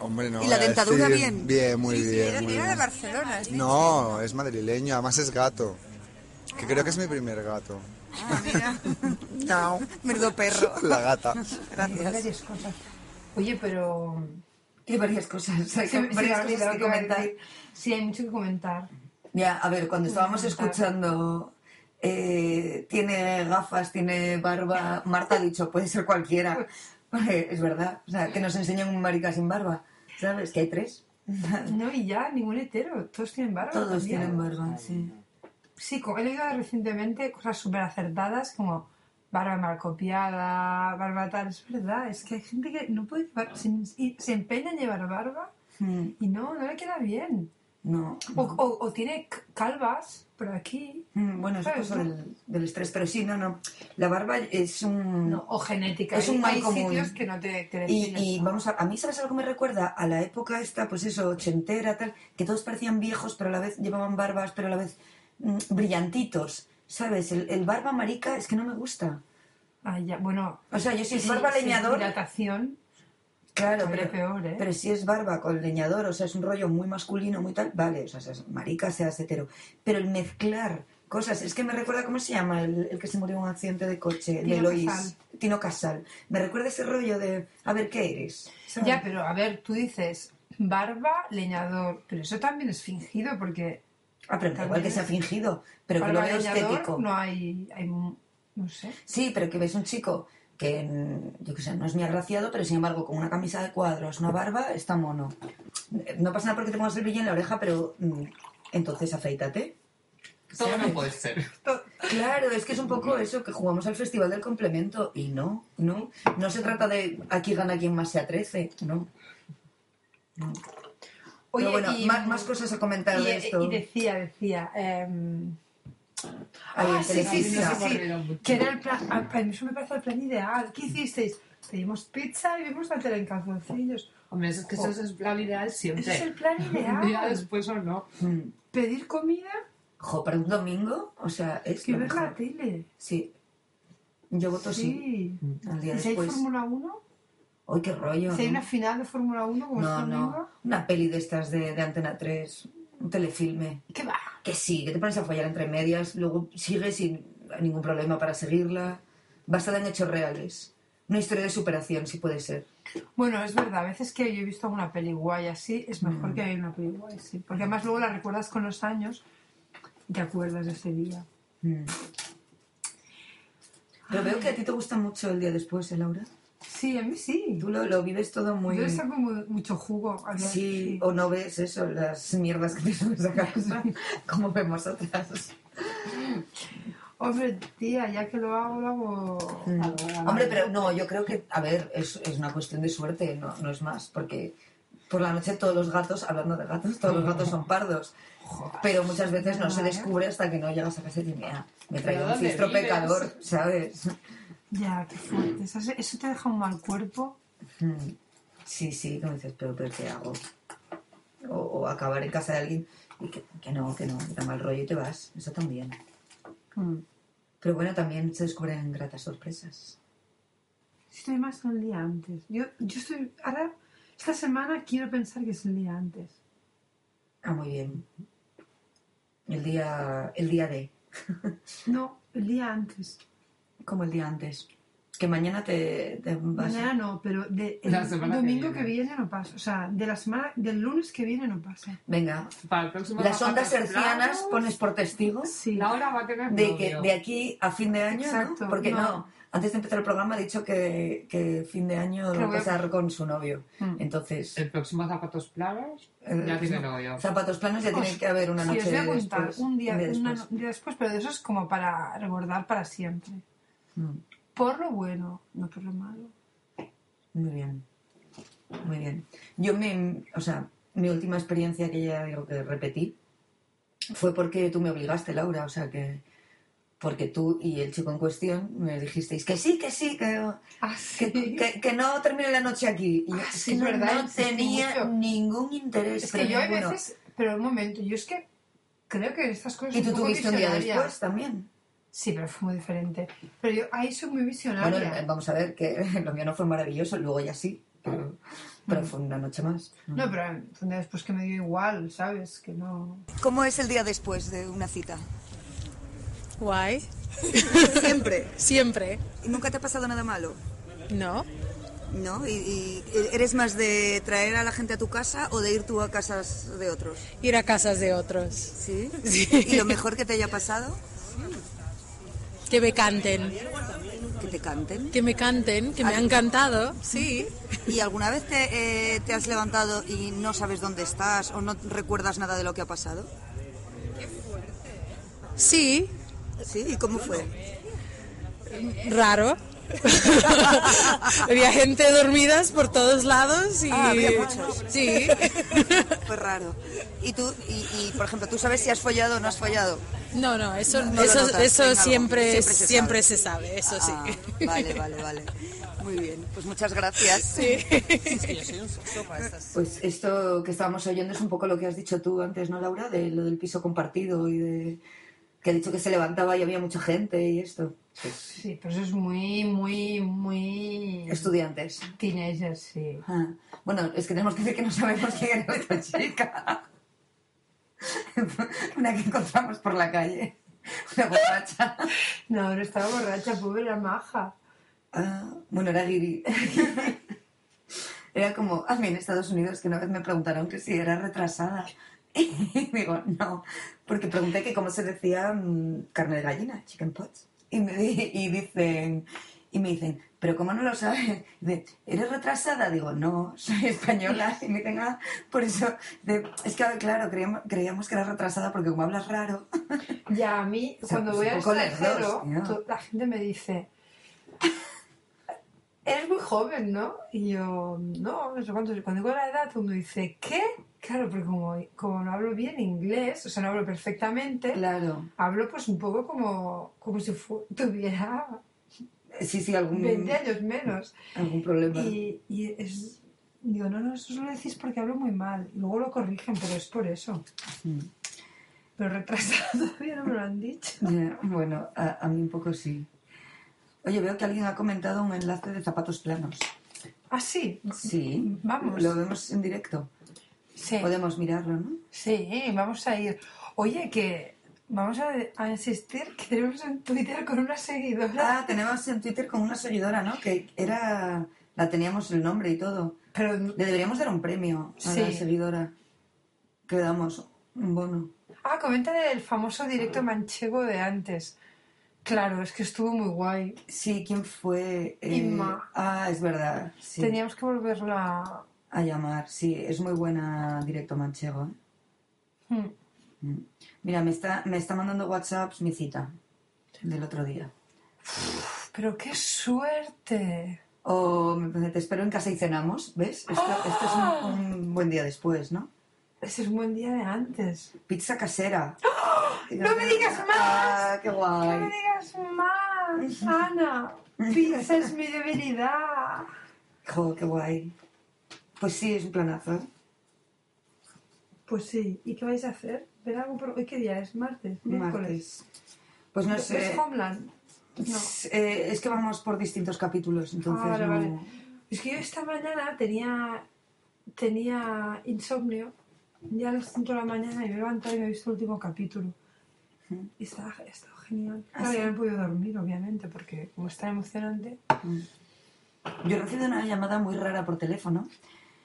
[SPEAKER 7] Hombre, no.
[SPEAKER 4] ¿Y la
[SPEAKER 7] voy a
[SPEAKER 4] dentadura
[SPEAKER 7] decir-
[SPEAKER 4] bien?
[SPEAKER 7] Bien, muy bien. muy bien.
[SPEAKER 4] Barcelona.
[SPEAKER 7] No, es madrileño, además es gato. Que creo que es mi primer [LAUGHS] gato.
[SPEAKER 4] Ah, [LAUGHS] mira.
[SPEAKER 7] No.
[SPEAKER 4] Menudo perro.
[SPEAKER 7] La gata.
[SPEAKER 4] Gracias.
[SPEAKER 1] varias cosas. Oye, pero
[SPEAKER 2] Y varias cosas. Hay
[SPEAKER 1] Se
[SPEAKER 2] que-
[SPEAKER 1] me- se me
[SPEAKER 2] varias
[SPEAKER 1] ha
[SPEAKER 2] cosas
[SPEAKER 1] olvidado
[SPEAKER 2] que
[SPEAKER 1] que iba a
[SPEAKER 2] comentar.
[SPEAKER 1] decir. Sí, hay mucho
[SPEAKER 2] [LAUGHS]
[SPEAKER 1] que comentar.
[SPEAKER 2] Ya, a ver, cuando estábamos escuchando, eh, tiene gafas, tiene barba. Marta ha dicho, puede ser cualquiera. [LAUGHS] Porque es verdad. O sea, que nos enseñan un marica sin barba. ¿Sabes? Que hay tres.
[SPEAKER 1] No, y ya, ningún hetero. Todos tienen
[SPEAKER 4] Ah,
[SPEAKER 1] barba.
[SPEAKER 2] Todos
[SPEAKER 1] también.
[SPEAKER 2] tienen barba, sí.
[SPEAKER 1] Sí, co- he leído recientemente cosas súper acertadas como barba mal copiada, barba tal. Es verdad, es que hay gente que no puede llevar, se, y se empeña en llevar barba
[SPEAKER 2] Mm,
[SPEAKER 1] y no, no le queda bien.
[SPEAKER 2] No.
[SPEAKER 1] O, o- o tiene c- calvas por aquí,
[SPEAKER 2] Mm, Bueno, es
[SPEAKER 1] ¿Sabes?
[SPEAKER 2] cosa del, del estrés, pero sí, no, no. La barba es un...
[SPEAKER 1] no, o genética.
[SPEAKER 2] Es un
[SPEAKER 1] Hay-
[SPEAKER 2] mal
[SPEAKER 1] hay
[SPEAKER 2] común.
[SPEAKER 1] sitios que no te, te
[SPEAKER 2] Y,
[SPEAKER 1] definen.
[SPEAKER 2] y vamos a, a mí, ¿sabes algo que me recuerda? A la época esta, pues eso, ochentera, tal, que todos parecían viejos, pero a la vez llevaban barbas, pero a la vez mm, brillantitos, ¿sabes? El, el barba marica es que no me gusta.
[SPEAKER 1] Ah, ya, Bueno,
[SPEAKER 2] O sea, yo si es
[SPEAKER 1] sí,
[SPEAKER 2] barba
[SPEAKER 1] sí,
[SPEAKER 2] leñador,
[SPEAKER 1] dilatación,
[SPEAKER 2] claro,
[SPEAKER 1] hombre,
[SPEAKER 2] pero,
[SPEAKER 1] peor, ¿eh?
[SPEAKER 2] pero si es barba con leñador, o sea, es un rollo muy masculino, muy tal, vale, o sea, seas marica, seas hetero. Pero el mezclar cosas, es que me recuerda, ¿cómo se llama? El, el que se murió en un accidente de coche,
[SPEAKER 1] Tino
[SPEAKER 2] de Lois,
[SPEAKER 1] Casal.
[SPEAKER 2] Tino Casal. Me recuerda ese rollo de, a ver, ¿qué eres? ¿Sabes?
[SPEAKER 1] Ya, pero a ver, tú dices barba, leñador, pero eso también es fingido porque
[SPEAKER 2] Ah, pero que igual que se ha fingido, pero que lo
[SPEAKER 1] barba
[SPEAKER 2] veo
[SPEAKER 1] leñador
[SPEAKER 2] estético.
[SPEAKER 1] no hay, hay, no sé.
[SPEAKER 2] Sí, pero que ves un chico que, mm, yo qué sé, no es ni agraciado, pero sin embargo, con una camisa de cuadros, una barba, está mono. Eh, No pasa nada porque te pongas el brillo en la oreja, pero mm, entonces afeítate.
[SPEAKER 3] Todo
[SPEAKER 2] ¿sabes?
[SPEAKER 3] no puede ser.
[SPEAKER 2] Claro, es que es un poco eso, que jugamos al Festival del Complemento y no, no. No se trata de aquí gana quien más se atrece, no. Oye, pero bueno, más, más cosas a comentar
[SPEAKER 1] y,
[SPEAKER 2] de esto.
[SPEAKER 1] y decía, decía. em,
[SPEAKER 2] Ay,
[SPEAKER 1] ah, sí, sí, sí, sí,
[SPEAKER 2] Televisa.
[SPEAKER 1] sí,
[SPEAKER 3] Aburrido mucho.
[SPEAKER 1] Que era el plan. ah, para mí eso me parece el plan ideal. ¿Qué hicisteis? Pedimos pizza y vimos la tele en calzoncillos.
[SPEAKER 3] Hombre, eso es que eso es el plan ideal
[SPEAKER 1] Ese
[SPEAKER 3] siempre.
[SPEAKER 1] es el plan
[SPEAKER 3] Un [LAUGHS] día
[SPEAKER 1] ideal.
[SPEAKER 3] después o no.
[SPEAKER 2] Mm.
[SPEAKER 1] Pedir comida
[SPEAKER 2] Jo, para un domingo, o sea, es
[SPEAKER 1] y
[SPEAKER 2] lo
[SPEAKER 1] ver la
[SPEAKER 2] mejor.
[SPEAKER 1] tele.
[SPEAKER 2] Sí. Yo voto sí.
[SPEAKER 1] Sí.
[SPEAKER 2] Al día
[SPEAKER 1] ¿Y si hay
[SPEAKER 2] después.
[SPEAKER 1] Fórmula 1?
[SPEAKER 2] ¡Ay, qué rollo!
[SPEAKER 1] Si hay
[SPEAKER 2] ¿no?
[SPEAKER 1] una final de Fórmula 1 como este
[SPEAKER 2] no,
[SPEAKER 1] domingo.
[SPEAKER 2] no. Una peli de estas de, de Antena 3, un telefilme.
[SPEAKER 1] ¿Qué va?
[SPEAKER 2] Que sí, que te pones a follar entre medias, luego sigues sin ningún problema para seguirla. Basada en hechos reales. Una historia de superación, si puede ser.
[SPEAKER 1] Bueno, es verdad, a veces que yo he visto una peli guay así, es mejor que hay una peli guay, sí. Porque además luego la recuerdas con los años y te acuerdas de ese día.
[SPEAKER 2] Mm. Pero veo que a ti te gusta mucho el día después, ¿eh, Laura?
[SPEAKER 1] Sí, a mí sí.
[SPEAKER 2] Tú lo, lo vives todo muy...
[SPEAKER 1] Yo le saco mu- mucho jugo. a
[SPEAKER 2] Sí,
[SPEAKER 1] la-
[SPEAKER 2] o no ves eso, las mierdas que te [LAUGHS] subes a casa, como vemos otras.
[SPEAKER 1] Hombre, tía, ya que lo hago, lo hago...
[SPEAKER 2] Hombre, pero no, yo creo que, a ver, es, es una cuestión de suerte, no, no es más, porque por la noche todos los gatos, hablando de gatos, todos los gatos son pardos. Pero muchas veces no se descubre hasta que no llegas a casa y dices, mira, me traigo
[SPEAKER 3] ¿Pero
[SPEAKER 2] un
[SPEAKER 3] dónde
[SPEAKER 2] cistro
[SPEAKER 3] vives?
[SPEAKER 2] pecador, ¿sabes?
[SPEAKER 1] Ya, qué fuerte. Eso, se- eso te deja un mal cuerpo.
[SPEAKER 2] Mm. Sí, sí, como dices, pero, pero ¿qué hago? O, o acabar en casa de alguien y que, que no, que no, que da mal rollo y te vas, eso también.
[SPEAKER 1] Mm.
[SPEAKER 2] Pero bueno, también se descubren gratas sorpresas.
[SPEAKER 1] Estoy más que un día antes. Yo, yo estoy... Ahora, esta semana quiero pensar que es el día antes.
[SPEAKER 2] Ah, muy bien. El día, el día de,
[SPEAKER 1] No, el día antes.
[SPEAKER 2] como el día antes. Que mañana te, te vas.
[SPEAKER 1] Mañana no, pero de, el
[SPEAKER 3] La semana que
[SPEAKER 1] domingo
[SPEAKER 3] viene.
[SPEAKER 1] que viene. no pasa. O sea, de la semana, del lunes que viene no pasa.
[SPEAKER 2] Venga.
[SPEAKER 3] Para el próximo
[SPEAKER 2] Las
[SPEAKER 3] Baja
[SPEAKER 2] ondas
[SPEAKER 3] Templados,
[SPEAKER 2] hercianas pones por testigo
[SPEAKER 1] Sí.
[SPEAKER 3] Laura va a tener
[SPEAKER 2] de que
[SPEAKER 3] novio.
[SPEAKER 2] de aquí a fin de año, ¿no?
[SPEAKER 1] Exacto,
[SPEAKER 2] Porque
[SPEAKER 1] no.
[SPEAKER 2] no. antes de empezar el programa ha dicho que, que fin de año
[SPEAKER 1] Que
[SPEAKER 2] va a
[SPEAKER 1] voy a-
[SPEAKER 2] pasar con su novio.
[SPEAKER 1] Mm.
[SPEAKER 2] Entonces,
[SPEAKER 3] El próximo Zapatos Planos
[SPEAKER 2] eh,
[SPEAKER 3] Eh, ya tiene
[SPEAKER 2] no.
[SPEAKER 3] novio.
[SPEAKER 2] zapatos planos ya tiene
[SPEAKER 1] Os-
[SPEAKER 2] que haber una
[SPEAKER 1] Pues, sí,
[SPEAKER 2] noche
[SPEAKER 1] os voy a contar
[SPEAKER 2] después,
[SPEAKER 1] un día, una no-
[SPEAKER 2] después.
[SPEAKER 1] un día después, pero de eso es como para recordar para siempre.
[SPEAKER 2] Mm.
[SPEAKER 1] Por lo bueno, no por lo malo.
[SPEAKER 2] Muy bien, muy bien. Yo me, o sea, mi última experiencia que ya digo que repetí fue porque tú me obligaste, Laura, o sea que porque tú y el chico en cuestión me dijisteis que sí, que sí, que,
[SPEAKER 1] Ah,
[SPEAKER 2] que, que- que no termine la noche aquí. Y yo, es
[SPEAKER 1] sí,
[SPEAKER 2] que
[SPEAKER 1] es
[SPEAKER 2] Ah, no,
[SPEAKER 1] verdad,
[SPEAKER 2] no
[SPEAKER 1] insistí
[SPEAKER 2] tenía
[SPEAKER 1] mucho.
[SPEAKER 2] ningún interés.
[SPEAKER 1] Es que
[SPEAKER 2] pero
[SPEAKER 1] yo hay
[SPEAKER 2] ninguno.
[SPEAKER 1] veces, pero un momento, yo es que creo que estas cosas
[SPEAKER 2] Y
[SPEAKER 1] son
[SPEAKER 2] tú
[SPEAKER 1] poco
[SPEAKER 2] tuviste un día
[SPEAKER 1] visionarias.
[SPEAKER 2] después también.
[SPEAKER 1] Sí, pero fue muy diferente. Pero yo ahí soy muy visionaria.
[SPEAKER 2] Bueno, eh, vamos a ver, que [LAUGHS] lo mío no fue maravilloso, luego ya sí, pero, pero fue una noche más.
[SPEAKER 1] No, pero eh, fue un día después que me dio igual, ¿sabes? Que no.
[SPEAKER 4] ¿Cómo es el día después de una cita?
[SPEAKER 6] Guay.
[SPEAKER 4] Siempre.
[SPEAKER 6] Siempre.
[SPEAKER 4] ¿Y nunca te ha pasado nada malo?
[SPEAKER 6] ¿No?
[SPEAKER 4] ¿No? Y, y- ¿Eres más de traer a la gente a tu casa o de ir tú a casas de otros?
[SPEAKER 6] Ir a casas de otros.
[SPEAKER 4] ¿Sí?
[SPEAKER 6] [LAUGHS] Sí.
[SPEAKER 4] ¿Y lo mejor que te haya pasado?
[SPEAKER 6] Que me canten.
[SPEAKER 4] Que te canten.
[SPEAKER 6] Que me canten, que me
[SPEAKER 4] Ah.
[SPEAKER 6] han cantado. Sí.
[SPEAKER 4] ¿Y alguna vez te, eh, te has levantado y no sabes dónde estás o no recuerdas nada de lo que ha pasado?
[SPEAKER 6] Sí.
[SPEAKER 4] ¿Sí? ¿Y cómo fue?
[SPEAKER 6] Raro. [LAUGHS] había gente dormidas por todos lados y.
[SPEAKER 4] Ah, había muchos. [LAUGHS]
[SPEAKER 6] Sí.
[SPEAKER 4] Fue raro. ¿Y tú, y, y, por ejemplo, tú sabes si has follado o no has follado?
[SPEAKER 6] No, no, eso,
[SPEAKER 4] No lo
[SPEAKER 6] eso,
[SPEAKER 4] notas,
[SPEAKER 6] eso
[SPEAKER 4] venga,
[SPEAKER 6] siempre,
[SPEAKER 4] siempre se sabe.
[SPEAKER 6] siempre se sabe, eso sí.
[SPEAKER 4] Ah, vale, vale, vale. Muy bien. Pues muchas gracias. [LAUGHS]
[SPEAKER 2] Pues esto que estábamos oyendo es un poco lo que has dicho tú antes, ¿no, Laura? De lo del piso compartido y de que ha dicho que se levantaba y había mucha gente y esto.
[SPEAKER 1] Sí, pero eso es muy, muy, muy...
[SPEAKER 2] Estudiantes.
[SPEAKER 1] Teenager, sí.
[SPEAKER 2] Ah, Bueno, es que tenemos que decir que no sabemos quién era esta chica. [LAUGHS] Una que encontramos por la calle. Una borracha.
[SPEAKER 1] No, no estaba borracha, pobre la maja.
[SPEAKER 2] Ah, bueno, era guiri. [LAUGHS] Era como, a mí en Estados Unidos que una vez me preguntaron que si era retrasada. [LAUGHS] Y digo, no, porque pregunté que cómo se decía mm, carne de gallina, chicken pots. Y me, di- y dicen, y me dicen, pero ¿cómo no lo sabes? Dice, ¿eres retrasada? Digo, no, soy española. [LAUGHS] Y me dicen, ah, por eso, de- es que claro, creíamos, creíamos que era retrasada porque como hablas raro. [LAUGHS]
[SPEAKER 1] Ya, a mí,
[SPEAKER 2] sea,
[SPEAKER 1] cuando
[SPEAKER 2] pues
[SPEAKER 1] voy
[SPEAKER 2] un
[SPEAKER 1] al
[SPEAKER 2] poco las
[SPEAKER 1] extranjero,
[SPEAKER 2] dos, ya.
[SPEAKER 1] to- la gente me dice, eres muy joven, ¿no? Y yo, no, no sé cuánto. Cuando digo la edad, uno dice, ¿qué? Claro, porque como, como no hablo bien inglés, o sea, no hablo perfectamente,
[SPEAKER 2] Claro.
[SPEAKER 1] hablo pues un poco como, como si fu- tuviera
[SPEAKER 2] Sí, sí, algún,
[SPEAKER 1] 20 años menos.
[SPEAKER 2] algún problema.
[SPEAKER 1] Y, y es, digo, no, no, eso lo decís porque hablo muy mal. Y luego lo corrigen, pero es por eso. Pero retrasado [LAUGHS] todavía no me lo han dicho.
[SPEAKER 2] Ya, bueno, a, a mí un poco sí. Oye, veo que alguien ha comentado un enlace de zapatos planos.
[SPEAKER 1] Ah, sí.
[SPEAKER 2] Sí,
[SPEAKER 1] Vamos.
[SPEAKER 2] Lo vemos en directo.
[SPEAKER 1] Sí,
[SPEAKER 2] Podemos mirarlo, ¿no?
[SPEAKER 1] sí, vamos a ir. Oye, que vamos a, a insistir que tenemos en Twitter con una seguidora.
[SPEAKER 2] Ah, tenemos en Twitter con una seguidora, ¿no? Que era. La teníamos el nombre y todo.
[SPEAKER 1] Pero
[SPEAKER 2] Le deberíamos dar un premio a la
[SPEAKER 1] Sí.
[SPEAKER 2] seguidora. Que le damos un bono.
[SPEAKER 1] Ah, comenta del famoso directo manchego de antes. Claro, es que estuvo muy guay.
[SPEAKER 2] Sí, ¿quién fue?
[SPEAKER 1] Inma.
[SPEAKER 2] Ah, es verdad. Sí.
[SPEAKER 1] Teníamos que volverla.
[SPEAKER 2] A llamar, sí, es muy buena directo manchego. ¿eh? Mm.
[SPEAKER 1] Hmm.
[SPEAKER 2] Mira, me está, me está mandando WhatsApps mi cita del otro día.
[SPEAKER 1] Pero qué suerte.
[SPEAKER 2] O me pone, te espero en casa y cenamos, ¿ves? Esto,
[SPEAKER 1] ¡Ah!
[SPEAKER 2] esto es un, un buen día después, ¿no?
[SPEAKER 1] Ese es un buen día de antes.
[SPEAKER 2] Pizza casera.
[SPEAKER 1] ¡Ah! ¡No me digas más!
[SPEAKER 2] Ah, qué
[SPEAKER 1] No me
[SPEAKER 2] guay.
[SPEAKER 1] digas más, Ana. Pizza es mi debilidad.
[SPEAKER 2] Jo, qué guay. Pues sí, es un planazo. ¿eh?
[SPEAKER 1] Pues sí, ¿y qué vais a hacer? ¿Ver algo por... ¿Hoy qué día es? ¿Martes? ¿Miércoles?
[SPEAKER 2] Martes. Pues no
[SPEAKER 1] ¿Es
[SPEAKER 2] sé.
[SPEAKER 1] Homeland? No.
[SPEAKER 2] Eh, es que vamos por distintos capítulos, entonces
[SPEAKER 1] Ah, vale,
[SPEAKER 2] no-
[SPEAKER 1] vale. Es que yo esta mañana tenía, tenía insomnio. Ya a las 5 de la mañana y me he levantado y me he visto el último capítulo. Y estaba, estaba genial.
[SPEAKER 2] ¿Ah,
[SPEAKER 1] Claro,
[SPEAKER 2] sí?
[SPEAKER 1] ya no he podido dormir, obviamente, porque como está emocionante.
[SPEAKER 2] Yo recibí una llamada muy rara por teléfono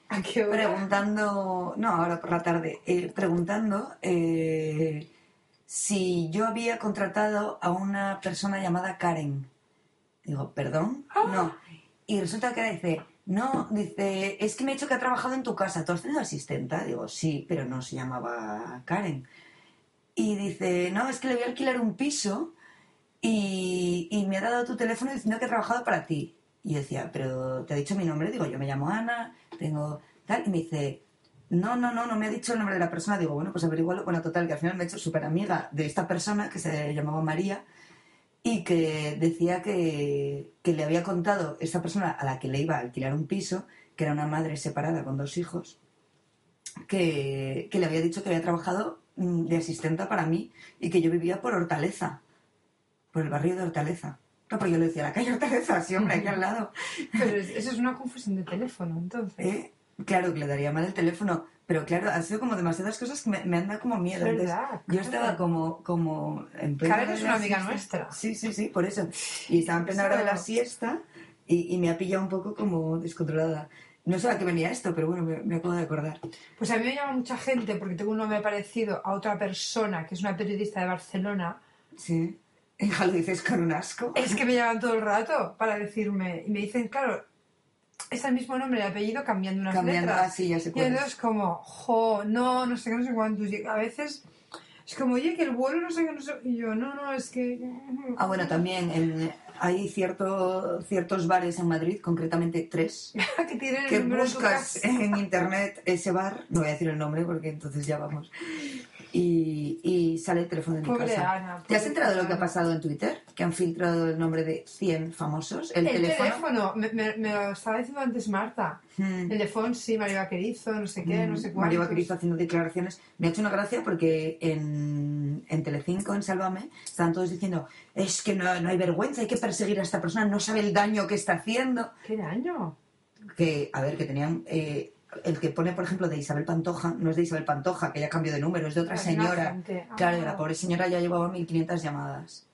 [SPEAKER 1] ¿A qué
[SPEAKER 2] preguntando, no, ahora por la tarde, eh, preguntando eh, si yo había contratado a una persona llamada Karen. Digo, ¿perdón? No. Y resulta que dice, no, dice, es que me ha dicho que ha trabajado en tu casa. ¿Tú has tenido asistenta? Digo, sí, pero no se llamaba Karen. Y dice, no, es que le voy a alquilar un piso y, y me ha dado tu teléfono diciendo que ha trabajado para ti. Y yo decía, pero ¿te ha dicho mi nombre? Digo, yo me llamo Ana, tengo tal. Y me dice, no, no, no, no me ha dicho el nombre de la persona. Digo, bueno, pues averigualo. Bueno, total, que al final me he hecho súper amiga de esta persona que se llamaba María y que decía que, que le había contado esta persona a la que le iba a alquilar un piso, que era una madre separada con dos hijos, que, que le había dicho que había trabajado mm, de asistenta para mí y que yo vivía por Hortaleza por el barrio de Hortaleza. No, pero yo le decía, la calle Hortaleza, sí, hombre, aquí al lado.
[SPEAKER 1] Pero es- eso es una confusión de teléfono, entonces.
[SPEAKER 2] ¿Eh? Claro que le daría mal el teléfono, pero claro, ha sido como demasiadas cosas que me, me han dado como miedo.
[SPEAKER 1] Es
[SPEAKER 2] Entonces,
[SPEAKER 1] verdad,
[SPEAKER 2] yo
[SPEAKER 1] claro.
[SPEAKER 2] estaba como, como en
[SPEAKER 1] Karen es
[SPEAKER 2] de
[SPEAKER 1] una
[SPEAKER 2] la
[SPEAKER 1] amiga
[SPEAKER 2] siesta.
[SPEAKER 1] nuestra.
[SPEAKER 2] Sí, sí, sí, por eso. Y estaba en plena hora de la
[SPEAKER 1] Eso-
[SPEAKER 2] siesta y, y me ha pillado un poco como descontrolada. No sé a qué venía esto, pero bueno, me, me acabo de acordar.
[SPEAKER 1] Pues a mí me llama mucha gente porque tengo un nombre parecido a otra persona que es una periodista de Barcelona.
[SPEAKER 2] Sí. [LAUGHS] Hija, lo dices con un asco.
[SPEAKER 1] Es que me llaman todo el rato para decirme. Y me dicen, claro, es el mismo nombre y apellido cambiando unas
[SPEAKER 2] Cambiando,
[SPEAKER 1] letras.
[SPEAKER 2] ah, sí, ya sé
[SPEAKER 1] y
[SPEAKER 2] cuál
[SPEAKER 1] entonces
[SPEAKER 2] es.
[SPEAKER 1] como, jo, no, no sé qué, no sé cuántos. Y a veces es como, oye, que el vuelo no sé qué, no sé. Y yo, no, no, es que... [LAUGHS]
[SPEAKER 2] Ah, bueno, también en- hay cierto, ciertos bares en Madrid, concretamente tres,
[SPEAKER 1] que tienen
[SPEAKER 2] que
[SPEAKER 1] el número de tu
[SPEAKER 2] buscas
[SPEAKER 1] casa.
[SPEAKER 2] en internet ese bar, no voy a decir el nombre porque entonces ya vamos, y, y sale el teléfono de mi
[SPEAKER 1] Pobre
[SPEAKER 2] casa.
[SPEAKER 1] Ana,
[SPEAKER 2] ¿Te has
[SPEAKER 1] pobre
[SPEAKER 2] enterado de lo que ha
[SPEAKER 1] Ana.
[SPEAKER 2] pasado en Twitter? Que han filtrado el nombre de 100 famosos, el,
[SPEAKER 1] El teléfono, me, me- me lo estaba diciendo antes Marta.
[SPEAKER 2] Hmm.
[SPEAKER 1] El de Fonsi, Mario Vaquerizo, no sé qué, no sé cuántos.
[SPEAKER 2] mm, Mario Vaquerizo haciendo declaraciones. Me ha hecho una gracia porque en, en Telecinco, en Sálvame, están todos diciendo es que no, no hay vergüenza, hay que perseguir a esta persona, no sabe el daño que está haciendo.
[SPEAKER 1] ¿Qué daño?
[SPEAKER 2] Que, a ver, que tenían... eh, el que pone, por ejemplo, de Isabel Pantoja, no es de Isabel Pantoja, que ya cambió de número, es de otra
[SPEAKER 1] Es de una
[SPEAKER 2] señora.
[SPEAKER 1] gente. Ah.
[SPEAKER 2] Claro, la pobre señora ya llevaba 1.500 llamadas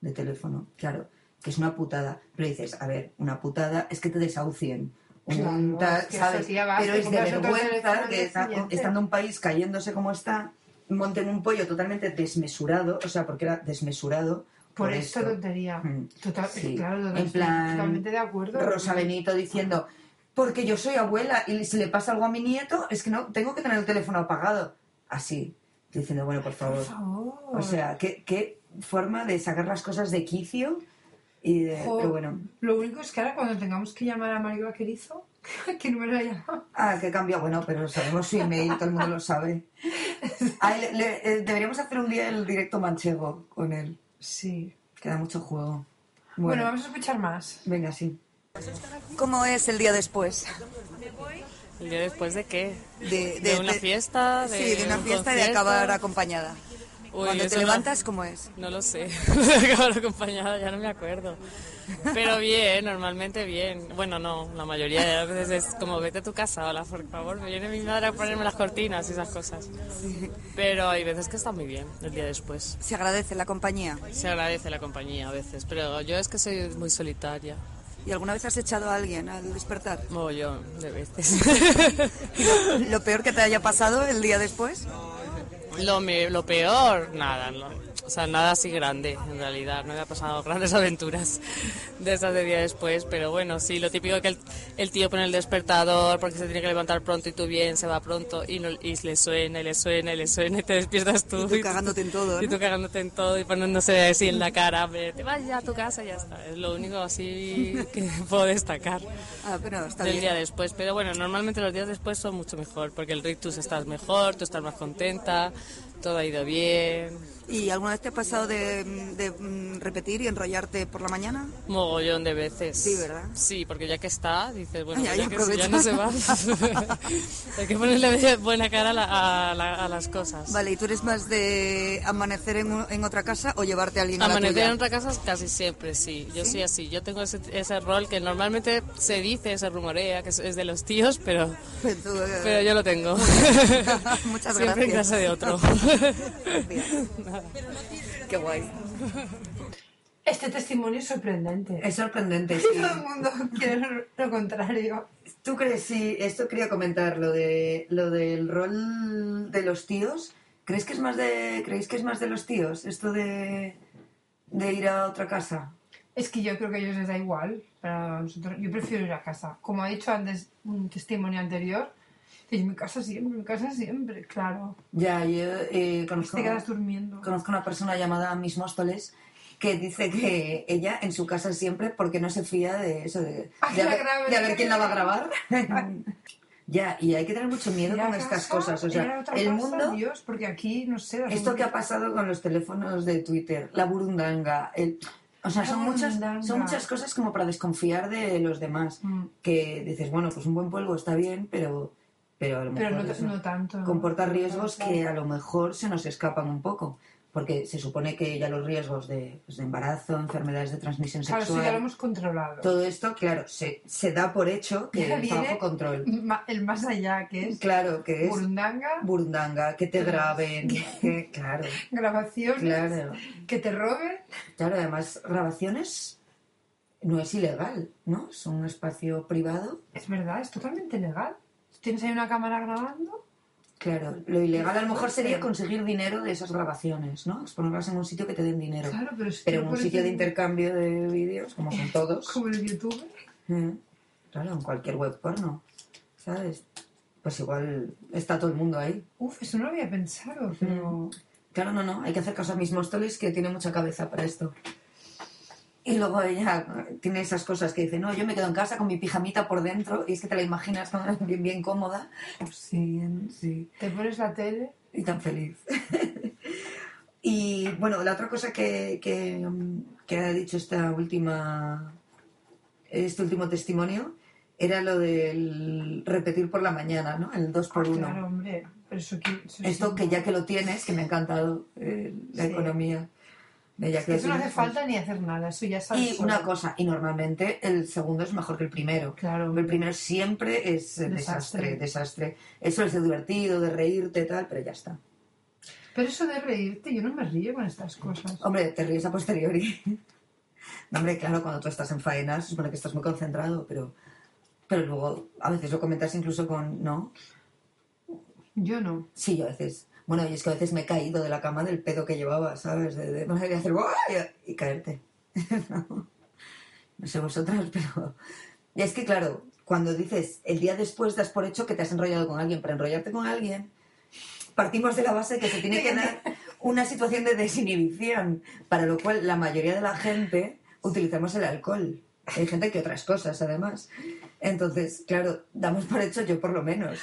[SPEAKER 2] de teléfono, claro, que es una putada. Pero dices, a ver, una putada es que te desahucien. Un
[SPEAKER 1] Claro,
[SPEAKER 2] tal,
[SPEAKER 1] es que eso,
[SPEAKER 2] ¿sabes?
[SPEAKER 1] tía, vas,
[SPEAKER 2] Pero
[SPEAKER 1] te
[SPEAKER 2] es de
[SPEAKER 1] compras otro
[SPEAKER 2] vergüenza
[SPEAKER 1] teléfono al
[SPEAKER 2] que
[SPEAKER 1] día
[SPEAKER 2] está-
[SPEAKER 1] siguiente.
[SPEAKER 2] estando un país cayéndose como está, monten un pollo totalmente desmesurado, o sea, porque era desmesurado.
[SPEAKER 1] Por, esta
[SPEAKER 2] esto.
[SPEAKER 1] tontería.
[SPEAKER 2] Mm.
[SPEAKER 1] Total,
[SPEAKER 2] Sí,
[SPEAKER 1] claro, total-
[SPEAKER 2] en plan,
[SPEAKER 1] totalmente de acuerdo.
[SPEAKER 2] Rosa Benito diciendo, porque yo soy abuela y si le pasa algo a mi nieto, es que no, tengo que tener el teléfono apagado. Así, diciendo, bueno, por favor.
[SPEAKER 1] Por favor.
[SPEAKER 2] O sea, qué, qué forma de sacar las cosas de quicio y de...
[SPEAKER 1] Jo,
[SPEAKER 2] Pero bueno.
[SPEAKER 1] Lo único es que ahora cuando tengamos que llamar a Mario Vaquerizo, [LAUGHS] ¿qué número le llamamos?
[SPEAKER 2] Ah, que cambia. Bueno, pero sabemos su email, todo el mundo lo sabe. A él le- eh, deberíamos hacer un día el directo manchego con él.
[SPEAKER 1] Sí.
[SPEAKER 2] Queda mucho juego.
[SPEAKER 1] Bueno,
[SPEAKER 2] Bueno,
[SPEAKER 1] vamos a escuchar más.
[SPEAKER 2] venga, sí.
[SPEAKER 4] ¿Cómo es el día después?
[SPEAKER 8] ¿El día después de qué?
[SPEAKER 4] De,
[SPEAKER 8] una fiesta? De
[SPEAKER 4] sí, de una
[SPEAKER 8] un
[SPEAKER 4] fiesta y de
[SPEAKER 8] concierto.
[SPEAKER 4] acabar acompañada.
[SPEAKER 8] Uy,
[SPEAKER 4] Cuando te
[SPEAKER 8] eso no-
[SPEAKER 4] levantas, ¿cómo es?
[SPEAKER 8] No lo sé. [LAUGHS] Acabar acompañada, ya no me acuerdo. Pero bien, normalmente bien. Bueno, no, la mayoría de las veces es como vete a tu casa, hola, por favor. Me viene mi madre a ponerme las cortinas y esas cosas. Pero hay veces que está muy bien el día después.
[SPEAKER 4] Se agradece la compañía.
[SPEAKER 8] Se agradece la compañía a veces, pero yo es que soy muy solitaria.
[SPEAKER 4] ¿Y alguna vez has echado a alguien al despertar?
[SPEAKER 8] Mogollón de veces. [LAUGHS]
[SPEAKER 4] ¿Y lo, lo peor que te haya pasado el día después?
[SPEAKER 8] Lo, me- lo peor, nada, no. o sea, nada así grande, en realidad, no me ha pasado [LAUGHS] grandes aventuras de esas de día después, pero bueno, sí, lo típico que el, el tío pone el despertador porque se tiene que levantar pronto y tú bien, se va pronto y, no- y le suena y le suena y le suena y te despiertas tú.
[SPEAKER 4] Y tú cagándote en todo,
[SPEAKER 8] Y
[SPEAKER 4] ¿no?
[SPEAKER 8] tú cagándote en todo y poniéndose así en la cara, hombre, te vas ya a tu casa y ya está, es lo único así que [LAUGHS] puedo destacar
[SPEAKER 4] Ah, pero está
[SPEAKER 8] del día
[SPEAKER 4] bien.
[SPEAKER 8] después. Pero bueno, normalmente los días después son mucho mejor, porque el rictus estás mejor, tú estás más contenta, todo ha ido bien,
[SPEAKER 4] ¿Y alguna vez te ha pasado de, de, mm, repetir y enrollarte por la mañana?
[SPEAKER 8] mogollón de veces.
[SPEAKER 4] Sí, ¿verdad?
[SPEAKER 8] Sí, porque ya que está, dices, bueno,
[SPEAKER 4] Ay, ay,
[SPEAKER 8] pues ya, que si
[SPEAKER 4] aprovecha.
[SPEAKER 8] ya no se va, [LAUGHS] hay que ponerle buena cara a, la- a la- a las cosas.
[SPEAKER 4] Vale, ¿y tú eres más de amanecer en, u- en otra casa o llevarte a alguien a la
[SPEAKER 8] Amanecer en
[SPEAKER 4] tuya?
[SPEAKER 8] otra casa casi siempre, sí. Yo soy así. Yo tengo ese, ese rol que normalmente se dice, se rumorea, que es- es de los tíos, pero,
[SPEAKER 4] Pero [LAUGHS] tú, eh,
[SPEAKER 8] pero yo lo tengo.
[SPEAKER 4] [LAUGHS] Muchas
[SPEAKER 8] [LAUGHS] Siempre en
[SPEAKER 4] gracias.
[SPEAKER 8] casa de otro.
[SPEAKER 4] [LAUGHS] Qué guay.
[SPEAKER 1] Este testimonio es sorprendente.
[SPEAKER 2] Es sorprendente. sí.
[SPEAKER 1] [LAUGHS] Todo el mundo quiere lo- lo contrario.
[SPEAKER 2] ¿Tú crees, si esto quería comentar, lo, de, lo del rol de los tíos? ¿Crees que es más de, ¿Creéis que es más de los tíos esto de, de ir a otra casa?
[SPEAKER 1] Es que yo creo que a ellos les da igual, pero a nosotros, yo prefiero ir a casa. Como ha dicho antes un testimonio anterior, dice, mi casa siempre, mi casa siempre, claro.
[SPEAKER 2] Ya, yo eh, conozco,
[SPEAKER 1] Te quedas durmiendo.
[SPEAKER 2] conozco una persona llamada Miss Móstoles que dice que ella en su casa siempre porque no se fía de eso, de,
[SPEAKER 1] Ay,
[SPEAKER 2] de,
[SPEAKER 1] la
[SPEAKER 2] a, ver,
[SPEAKER 1] graben,
[SPEAKER 2] de a
[SPEAKER 1] la
[SPEAKER 2] ver quién la va a grabar.
[SPEAKER 1] [LAUGHS] graben.
[SPEAKER 2] ya, y hay que tener mucho miedo
[SPEAKER 1] Ir a
[SPEAKER 2] con estas
[SPEAKER 1] casa,
[SPEAKER 2] cosas. O
[SPEAKER 1] ir a
[SPEAKER 2] sea,
[SPEAKER 1] otra
[SPEAKER 2] el
[SPEAKER 1] casa,
[SPEAKER 2] mundo
[SPEAKER 1] Dios, porque aquí, no sé... las
[SPEAKER 2] Esto que ha
[SPEAKER 1] mujeres-
[SPEAKER 2] pasado con los teléfonos de Twitter, la burundanga, el... o sea,
[SPEAKER 1] La
[SPEAKER 2] son muchas,
[SPEAKER 1] burundanga.
[SPEAKER 2] son muchas cosas como para desconfiar de los demás.
[SPEAKER 1] Mm.
[SPEAKER 2] Que dices, bueno, pues un buen polvo está bien, pero, pero a lo
[SPEAKER 1] Pero
[SPEAKER 2] mejor
[SPEAKER 1] no,
[SPEAKER 2] eso
[SPEAKER 1] no tanto. ¿no?
[SPEAKER 2] comporta
[SPEAKER 1] No
[SPEAKER 2] riesgos
[SPEAKER 1] tanto.
[SPEAKER 2] que a lo mejor se nos escapan un poco. Porque se supone que ya los riesgos de, pues, de embarazo, enfermedades de transmisión
[SPEAKER 1] Claro, eso
[SPEAKER 2] sexual,
[SPEAKER 1] ya lo hemos controlado.
[SPEAKER 2] todo esto, claro, se, se da por hecho que
[SPEAKER 1] Ya
[SPEAKER 2] está
[SPEAKER 1] viene
[SPEAKER 2] bajo control.
[SPEAKER 1] ma- el más allá, que es
[SPEAKER 2] Claro, que es
[SPEAKER 1] burundanga,
[SPEAKER 2] burundanga, que te
[SPEAKER 1] [LAUGHS]
[SPEAKER 2] graben, que, claro,
[SPEAKER 1] grabaciones,
[SPEAKER 2] claro.
[SPEAKER 1] que te roben.
[SPEAKER 2] Claro, además, grabaciones no es ilegal, ¿no? Es un espacio privado.
[SPEAKER 1] Es verdad, es totalmente legal. ¿Tienes ahí una cámara grabando?
[SPEAKER 2] Claro, lo ilegal a lo mejor sería conseguir dinero de esas grabaciones, ¿no? Exponerlas en un sitio que te den dinero.
[SPEAKER 1] Claro, pero si
[SPEAKER 2] Pero
[SPEAKER 1] tú
[SPEAKER 2] en un
[SPEAKER 1] pones
[SPEAKER 2] sitio de
[SPEAKER 1] en-
[SPEAKER 2] intercambio de vídeos, [LAUGHS] como son todos,
[SPEAKER 1] Como el youtuber.
[SPEAKER 2] ¿eh? claro, en cualquier web porno, ¿sabes? Pues igual está todo el mundo ahí.
[SPEAKER 1] Uf, eso no lo había
[SPEAKER 2] Mm.
[SPEAKER 1] pensado, pero...
[SPEAKER 2] Claro, no, no, hay que hacer caso a mis Móstoles que tiene mucha cabeza para esto. Y luego ella tiene esas cosas que dice, no, yo me quedo en casa con mi pijamita por dentro y es que te la imaginas ¿no? bien, bien cómoda. Pues Sí, sí.
[SPEAKER 1] Te pones la tele.
[SPEAKER 2] y tan feliz. [LAUGHS] y bueno, la otra cosa que, que, mm, que ha dicho esta última, este último testimonio era lo del repetir por la mañana, ¿no? El 2 por 1
[SPEAKER 1] Ah, Claro, hombre. Pero eso, que- eso
[SPEAKER 2] Esto
[SPEAKER 1] sí,
[SPEAKER 2] que
[SPEAKER 1] no.
[SPEAKER 2] ya que lo tienes, que me ha encantado eh, la
[SPEAKER 1] Sí.
[SPEAKER 2] economía. de ya que lo
[SPEAKER 1] Eso no hace
[SPEAKER 2] tienes,
[SPEAKER 1] falta ni hacer nada, eso ¿eh? ya
[SPEAKER 2] pues.
[SPEAKER 1] sabes.
[SPEAKER 2] Y una
[SPEAKER 1] solo.
[SPEAKER 2] cosa, y normalmente el segundo es mejor que el primero.
[SPEAKER 1] Claro.
[SPEAKER 2] El primero siempre es eh,
[SPEAKER 1] Desastre.
[SPEAKER 2] desastre, desastre. Eso es de divertido, de reírte, tal, pero ya está.
[SPEAKER 1] Pero eso de reírte, yo no me río con estas cosas.
[SPEAKER 2] Hombre, te ríes a posteriori. [LAUGHS] No, hombre, claro, cuando tú estás en faena, se supone que estás muy concentrado, pero, pero luego a veces lo comentas incluso con, ¿no?
[SPEAKER 1] Yo no.
[SPEAKER 2] Sí, yo a veces. Bueno, y es que a veces me he caído de la cama del pedo que llevaba, ¿sabes? De, de, de hacer ¡buah! y, y caerte. [LAUGHS] no, no sé vosotras, pero... Y es que, claro, cuando dices el día después das por hecho que te has enrollado con alguien, para enrollarte con alguien, partimos de la base que se tiene que dar una situación de desinhibición, para lo cual la mayoría de la gente utilizamos el alcohol. Hay gente que otras cosas, además. Entonces, claro, damos por hecho, yo por lo menos,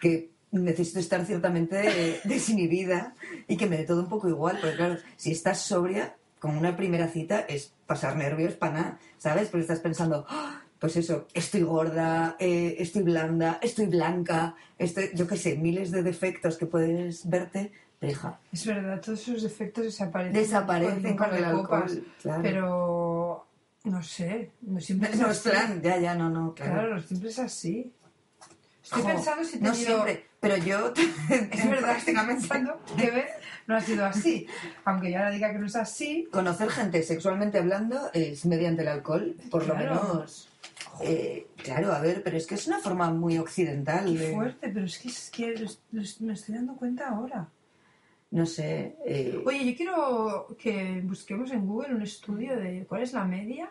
[SPEAKER 2] que necesito estar ciertamente eh, desinhibida y que me dé todo un poco igual, porque claro, si estás sobria, con una primera cita es pasar nervios para nada, ¿sabes? Porque estás pensando, "Ah, pues eso, estoy gorda, eh, estoy blanda, estoy blanca, estoy, yo qué sé, miles de defectos que puedes verte, pero hija,
[SPEAKER 1] Es verdad, todos esos defectos desaparecen.
[SPEAKER 2] Desaparecen
[SPEAKER 1] un par
[SPEAKER 2] con
[SPEAKER 1] de
[SPEAKER 2] el
[SPEAKER 1] copas,
[SPEAKER 2] alcohol, claro.
[SPEAKER 1] Pero no sé, no
[SPEAKER 2] no,
[SPEAKER 1] siempre
[SPEAKER 2] [LAUGHS] [LAUGHS] no es
[SPEAKER 1] así.
[SPEAKER 2] plan, ya, ya, no, no,
[SPEAKER 1] Claro,
[SPEAKER 2] claro.
[SPEAKER 1] no siempre es así. Estoy
[SPEAKER 2] Jo,
[SPEAKER 1] pensando si te
[SPEAKER 2] No siempre, pero yo... [LAUGHS]
[SPEAKER 1] Es verdad, estoy [LAUGHS] pensando que ve, no ha sido así. Aunque yo ahora diga que no es así,
[SPEAKER 2] conocer gente sexualmente hablando es mediante el alcohol, por
[SPEAKER 1] Claro.
[SPEAKER 2] lo menos. Eh, claro, a ver, pero es que es una forma muy occidental.
[SPEAKER 1] qué
[SPEAKER 2] de-
[SPEAKER 1] fuerte, pero es que, es que lo es- lo es- me estoy dando cuenta ahora.
[SPEAKER 2] No sé. eh,
[SPEAKER 1] Oye, yo quiero que busquemos en Google un estudio de cuál es la media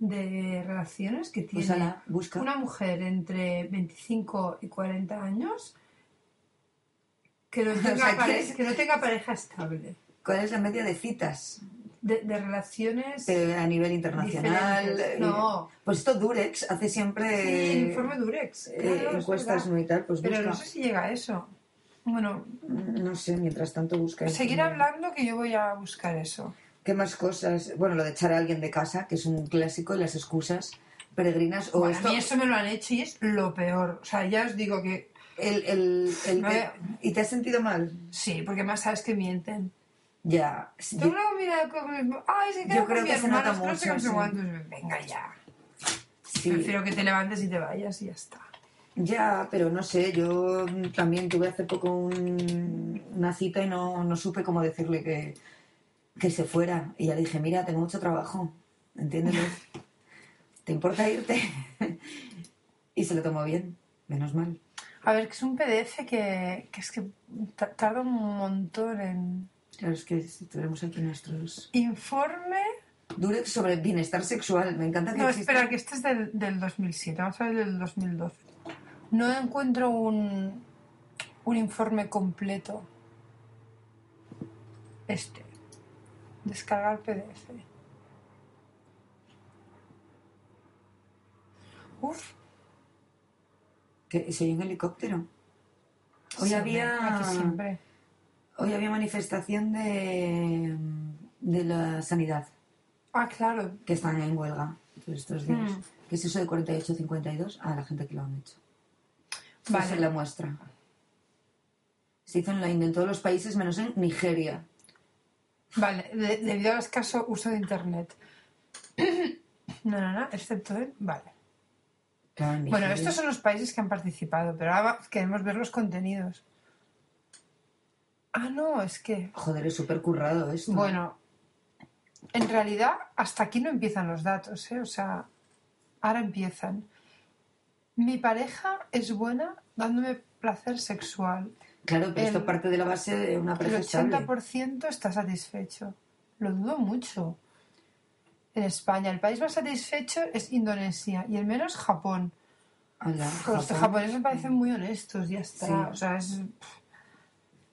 [SPEAKER 1] de relaciones que tiene
[SPEAKER 2] pues ala, busca.
[SPEAKER 1] una mujer entre 25 y 40 años que no
[SPEAKER 2] [LAUGHS]
[SPEAKER 1] tenga,
[SPEAKER 2] O sea,
[SPEAKER 1] pare-
[SPEAKER 2] que-
[SPEAKER 1] que no tenga pareja estable,
[SPEAKER 2] ¿Cuál es la media de citas
[SPEAKER 1] de, de relaciones...
[SPEAKER 2] Pero eh, a nivel internacional? eh,
[SPEAKER 1] Diferentes, no.
[SPEAKER 2] Pues esto Durex hace siempre
[SPEAKER 1] Sí, informe Durex.
[SPEAKER 2] eh,
[SPEAKER 1] claro, es
[SPEAKER 2] encuestas
[SPEAKER 1] verdad.
[SPEAKER 2] muy tal, pues
[SPEAKER 1] Pero no
[SPEAKER 2] busca.
[SPEAKER 1] sé si llega a eso. Bueno,
[SPEAKER 2] No sé, mientras tanto busca.
[SPEAKER 1] seguir
[SPEAKER 2] informe.
[SPEAKER 1] hablando que yo voy a buscar eso.
[SPEAKER 2] ¿Qué más cosas? Bueno, lo de echar a alguien de casa, que es un clásico, y las excusas peregrinas. O
[SPEAKER 1] Bueno,
[SPEAKER 2] esto,
[SPEAKER 1] A mí eso me lo han hecho y es lo peor. O sea, ya os digo que
[SPEAKER 2] el, el- el-
[SPEAKER 1] No he-
[SPEAKER 2] ¿Y te has sentido mal?
[SPEAKER 1] sí, porque más sabes que mienten.
[SPEAKER 2] Ya.
[SPEAKER 1] Tengo una comida con... Ay, se
[SPEAKER 2] Yo creo que se nota mucho,
[SPEAKER 1] No
[SPEAKER 2] sí.
[SPEAKER 1] sé cuántos. Venga ya.
[SPEAKER 2] Sí,
[SPEAKER 1] Prefiero que te levantes y te vayas y ya está.
[SPEAKER 2] ya, pero no sé, yo también tuve hace poco un- una cita y no, no supe cómo decirle que, que se fuera. Y ya le dije, mira, tengo mucho trabajo,
[SPEAKER 1] [LAUGHS]
[SPEAKER 2] entiéndelo. ¿Te importa irte? [LAUGHS] y se lo tomó bien, menos mal.
[SPEAKER 1] A ver, que es un PDF que, que es que ta- tarda un montón en...
[SPEAKER 2] Claro, es que si tuviéramos aquí nuestros...
[SPEAKER 1] Informe...
[SPEAKER 2] Durex sobre bienestar sexual, me encanta que
[SPEAKER 1] No,
[SPEAKER 2] exista.
[SPEAKER 1] espera, que este es del, del 2007, vamos a ver el del 2012. No encuentro un, un informe completo. Este. Descargar PDF. Uf.
[SPEAKER 2] Que se oye un helicóptero. Hoy
[SPEAKER 1] sí,
[SPEAKER 2] había...
[SPEAKER 1] aquí siempre.
[SPEAKER 2] Hoy había manifestación de, de la sanidad,
[SPEAKER 1] Ah, claro.
[SPEAKER 2] que están en huelga por estos días.
[SPEAKER 1] Mm.
[SPEAKER 2] ¿Qué es eso de 48-52? Ah, la gente que lo han hecho. Vale.
[SPEAKER 1] Vale.
[SPEAKER 2] la muestra. Se hizo online en todos los países menos en Nigeria.
[SPEAKER 1] Vale, de- debido al escaso uso de Internet. [COUGHS] No, no, no, excepto en... Vale.
[SPEAKER 2] Claro, en
[SPEAKER 1] Bueno,
[SPEAKER 2] Nigeria.
[SPEAKER 1] estos son los países que han participado, pero ahora va- queremos ver los contenidos. Ah, no, es que.
[SPEAKER 2] Joder, es súper currado esto.
[SPEAKER 1] Bueno, en realidad, hasta aquí no empiezan los datos, ¿eh? O sea, ahora empiezan. Mi pareja es buena dándome placer sexual.
[SPEAKER 2] Claro, pero esto
[SPEAKER 1] El-
[SPEAKER 2] parte de la base de una
[SPEAKER 1] El
[SPEAKER 2] pareja estable.
[SPEAKER 1] 80% está satisfecho. Lo dudo mucho. En España, el país más satisfecho es Indonesia y el menos Japón.
[SPEAKER 2] Hola,
[SPEAKER 1] Con Los
[SPEAKER 2] Japón.
[SPEAKER 1] japoneses me parecen muy honestos, ya está.
[SPEAKER 2] Sí.
[SPEAKER 1] O sea, es,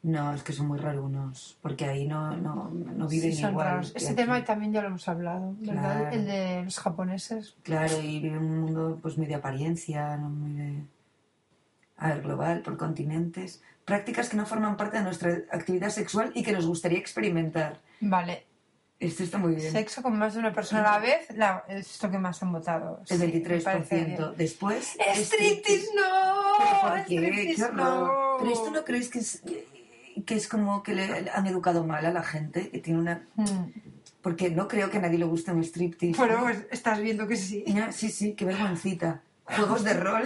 [SPEAKER 2] No, es que son muy rarunos, porque ahí no, no, no viven
[SPEAKER 1] sí, son
[SPEAKER 2] igual.
[SPEAKER 1] raros.
[SPEAKER 2] que
[SPEAKER 1] Ese
[SPEAKER 2] aquí.
[SPEAKER 1] tema también ya lo hemos hablado, ¿verdad?
[SPEAKER 2] Claro.
[SPEAKER 1] El de los japoneses.
[SPEAKER 2] Claro, y viven en un mundo pues muy de apariencia, no muy de... A ver, global, por continentes. Prácticas que no forman parte de nuestra actividad sexual y que nos gustaría experimentar.
[SPEAKER 1] Vale,
[SPEAKER 2] Esto está muy bien.
[SPEAKER 1] sexo con más de una persona a la vez la- es lo que más han votado. Sí,
[SPEAKER 2] El
[SPEAKER 1] me parece bien.
[SPEAKER 2] 23%. Después...
[SPEAKER 1] ¡Striptease
[SPEAKER 2] ¿Pero
[SPEAKER 1] no!
[SPEAKER 2] por qué? ¡Qué
[SPEAKER 1] ¡Striptease
[SPEAKER 2] horror!
[SPEAKER 1] no!
[SPEAKER 2] ¿Pero esto no crees que es, que es como que le han educado mal a la gente? Que tiene una...
[SPEAKER 1] Mm.
[SPEAKER 2] Porque no creo que a nadie le guste un striptease.
[SPEAKER 1] Pero pues, estás viendo que sí.
[SPEAKER 2] Ya, Sí, sí, qué vergüencita. Juegos de rol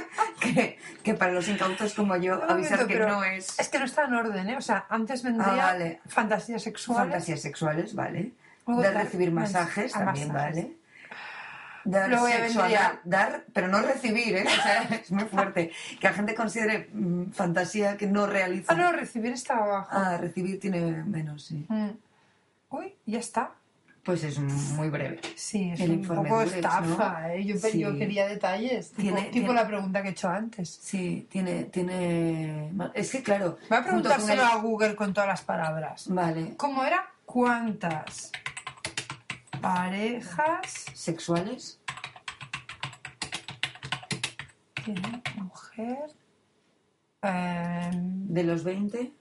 [SPEAKER 2] [LAUGHS] que, que para los incautos como yo
[SPEAKER 1] Un
[SPEAKER 2] avisar
[SPEAKER 1] momento,
[SPEAKER 2] que
[SPEAKER 1] pero
[SPEAKER 2] no es
[SPEAKER 1] Es que no está en orden, ¿eh? O sea, antes vendría
[SPEAKER 2] Ah, vale.
[SPEAKER 1] fantasías sexuales.
[SPEAKER 2] fantasías sexuales, ¿vale?
[SPEAKER 1] Luego
[SPEAKER 2] Dar
[SPEAKER 1] dar
[SPEAKER 2] recibir
[SPEAKER 1] mens-
[SPEAKER 2] masajes
[SPEAKER 1] a
[SPEAKER 2] también,
[SPEAKER 1] masajes.
[SPEAKER 2] ¿vale? Dar
[SPEAKER 1] Luego ya
[SPEAKER 2] sexo
[SPEAKER 1] vendría-
[SPEAKER 2] anal, dar, pero no recibir, ¿eh? O sea, [LAUGHS] es muy fuerte. Que la gente considere mm, fantasía que no realiza.
[SPEAKER 1] Ah, no, recibir está abajo.
[SPEAKER 2] Ah, recibir tiene menos, sí.
[SPEAKER 1] Mm. Uy, ya está.
[SPEAKER 2] Pues es muy breve.
[SPEAKER 1] Sí, es
[SPEAKER 2] El
[SPEAKER 1] un
[SPEAKER 2] informe
[SPEAKER 1] poco
[SPEAKER 2] Durex,
[SPEAKER 1] estafa,
[SPEAKER 2] ¿no?
[SPEAKER 1] ¿eh? Yo,
[SPEAKER 2] Sí.
[SPEAKER 1] yo quería detalles, tipo,
[SPEAKER 2] Tiene-
[SPEAKER 1] tipo
[SPEAKER 2] tiene-
[SPEAKER 1] la pregunta que he hecho antes.
[SPEAKER 2] Sí, tiene, tiene... Es que claro...
[SPEAKER 1] Voy a
[SPEAKER 2] junto con el-
[SPEAKER 1] preguntárselo a Google con todas las palabras.
[SPEAKER 2] Vale.
[SPEAKER 1] ¿Cómo era? ¿Cuántas parejas
[SPEAKER 2] ¿Sexuales?
[SPEAKER 1] tiene mujer? Em,
[SPEAKER 2] De los 20.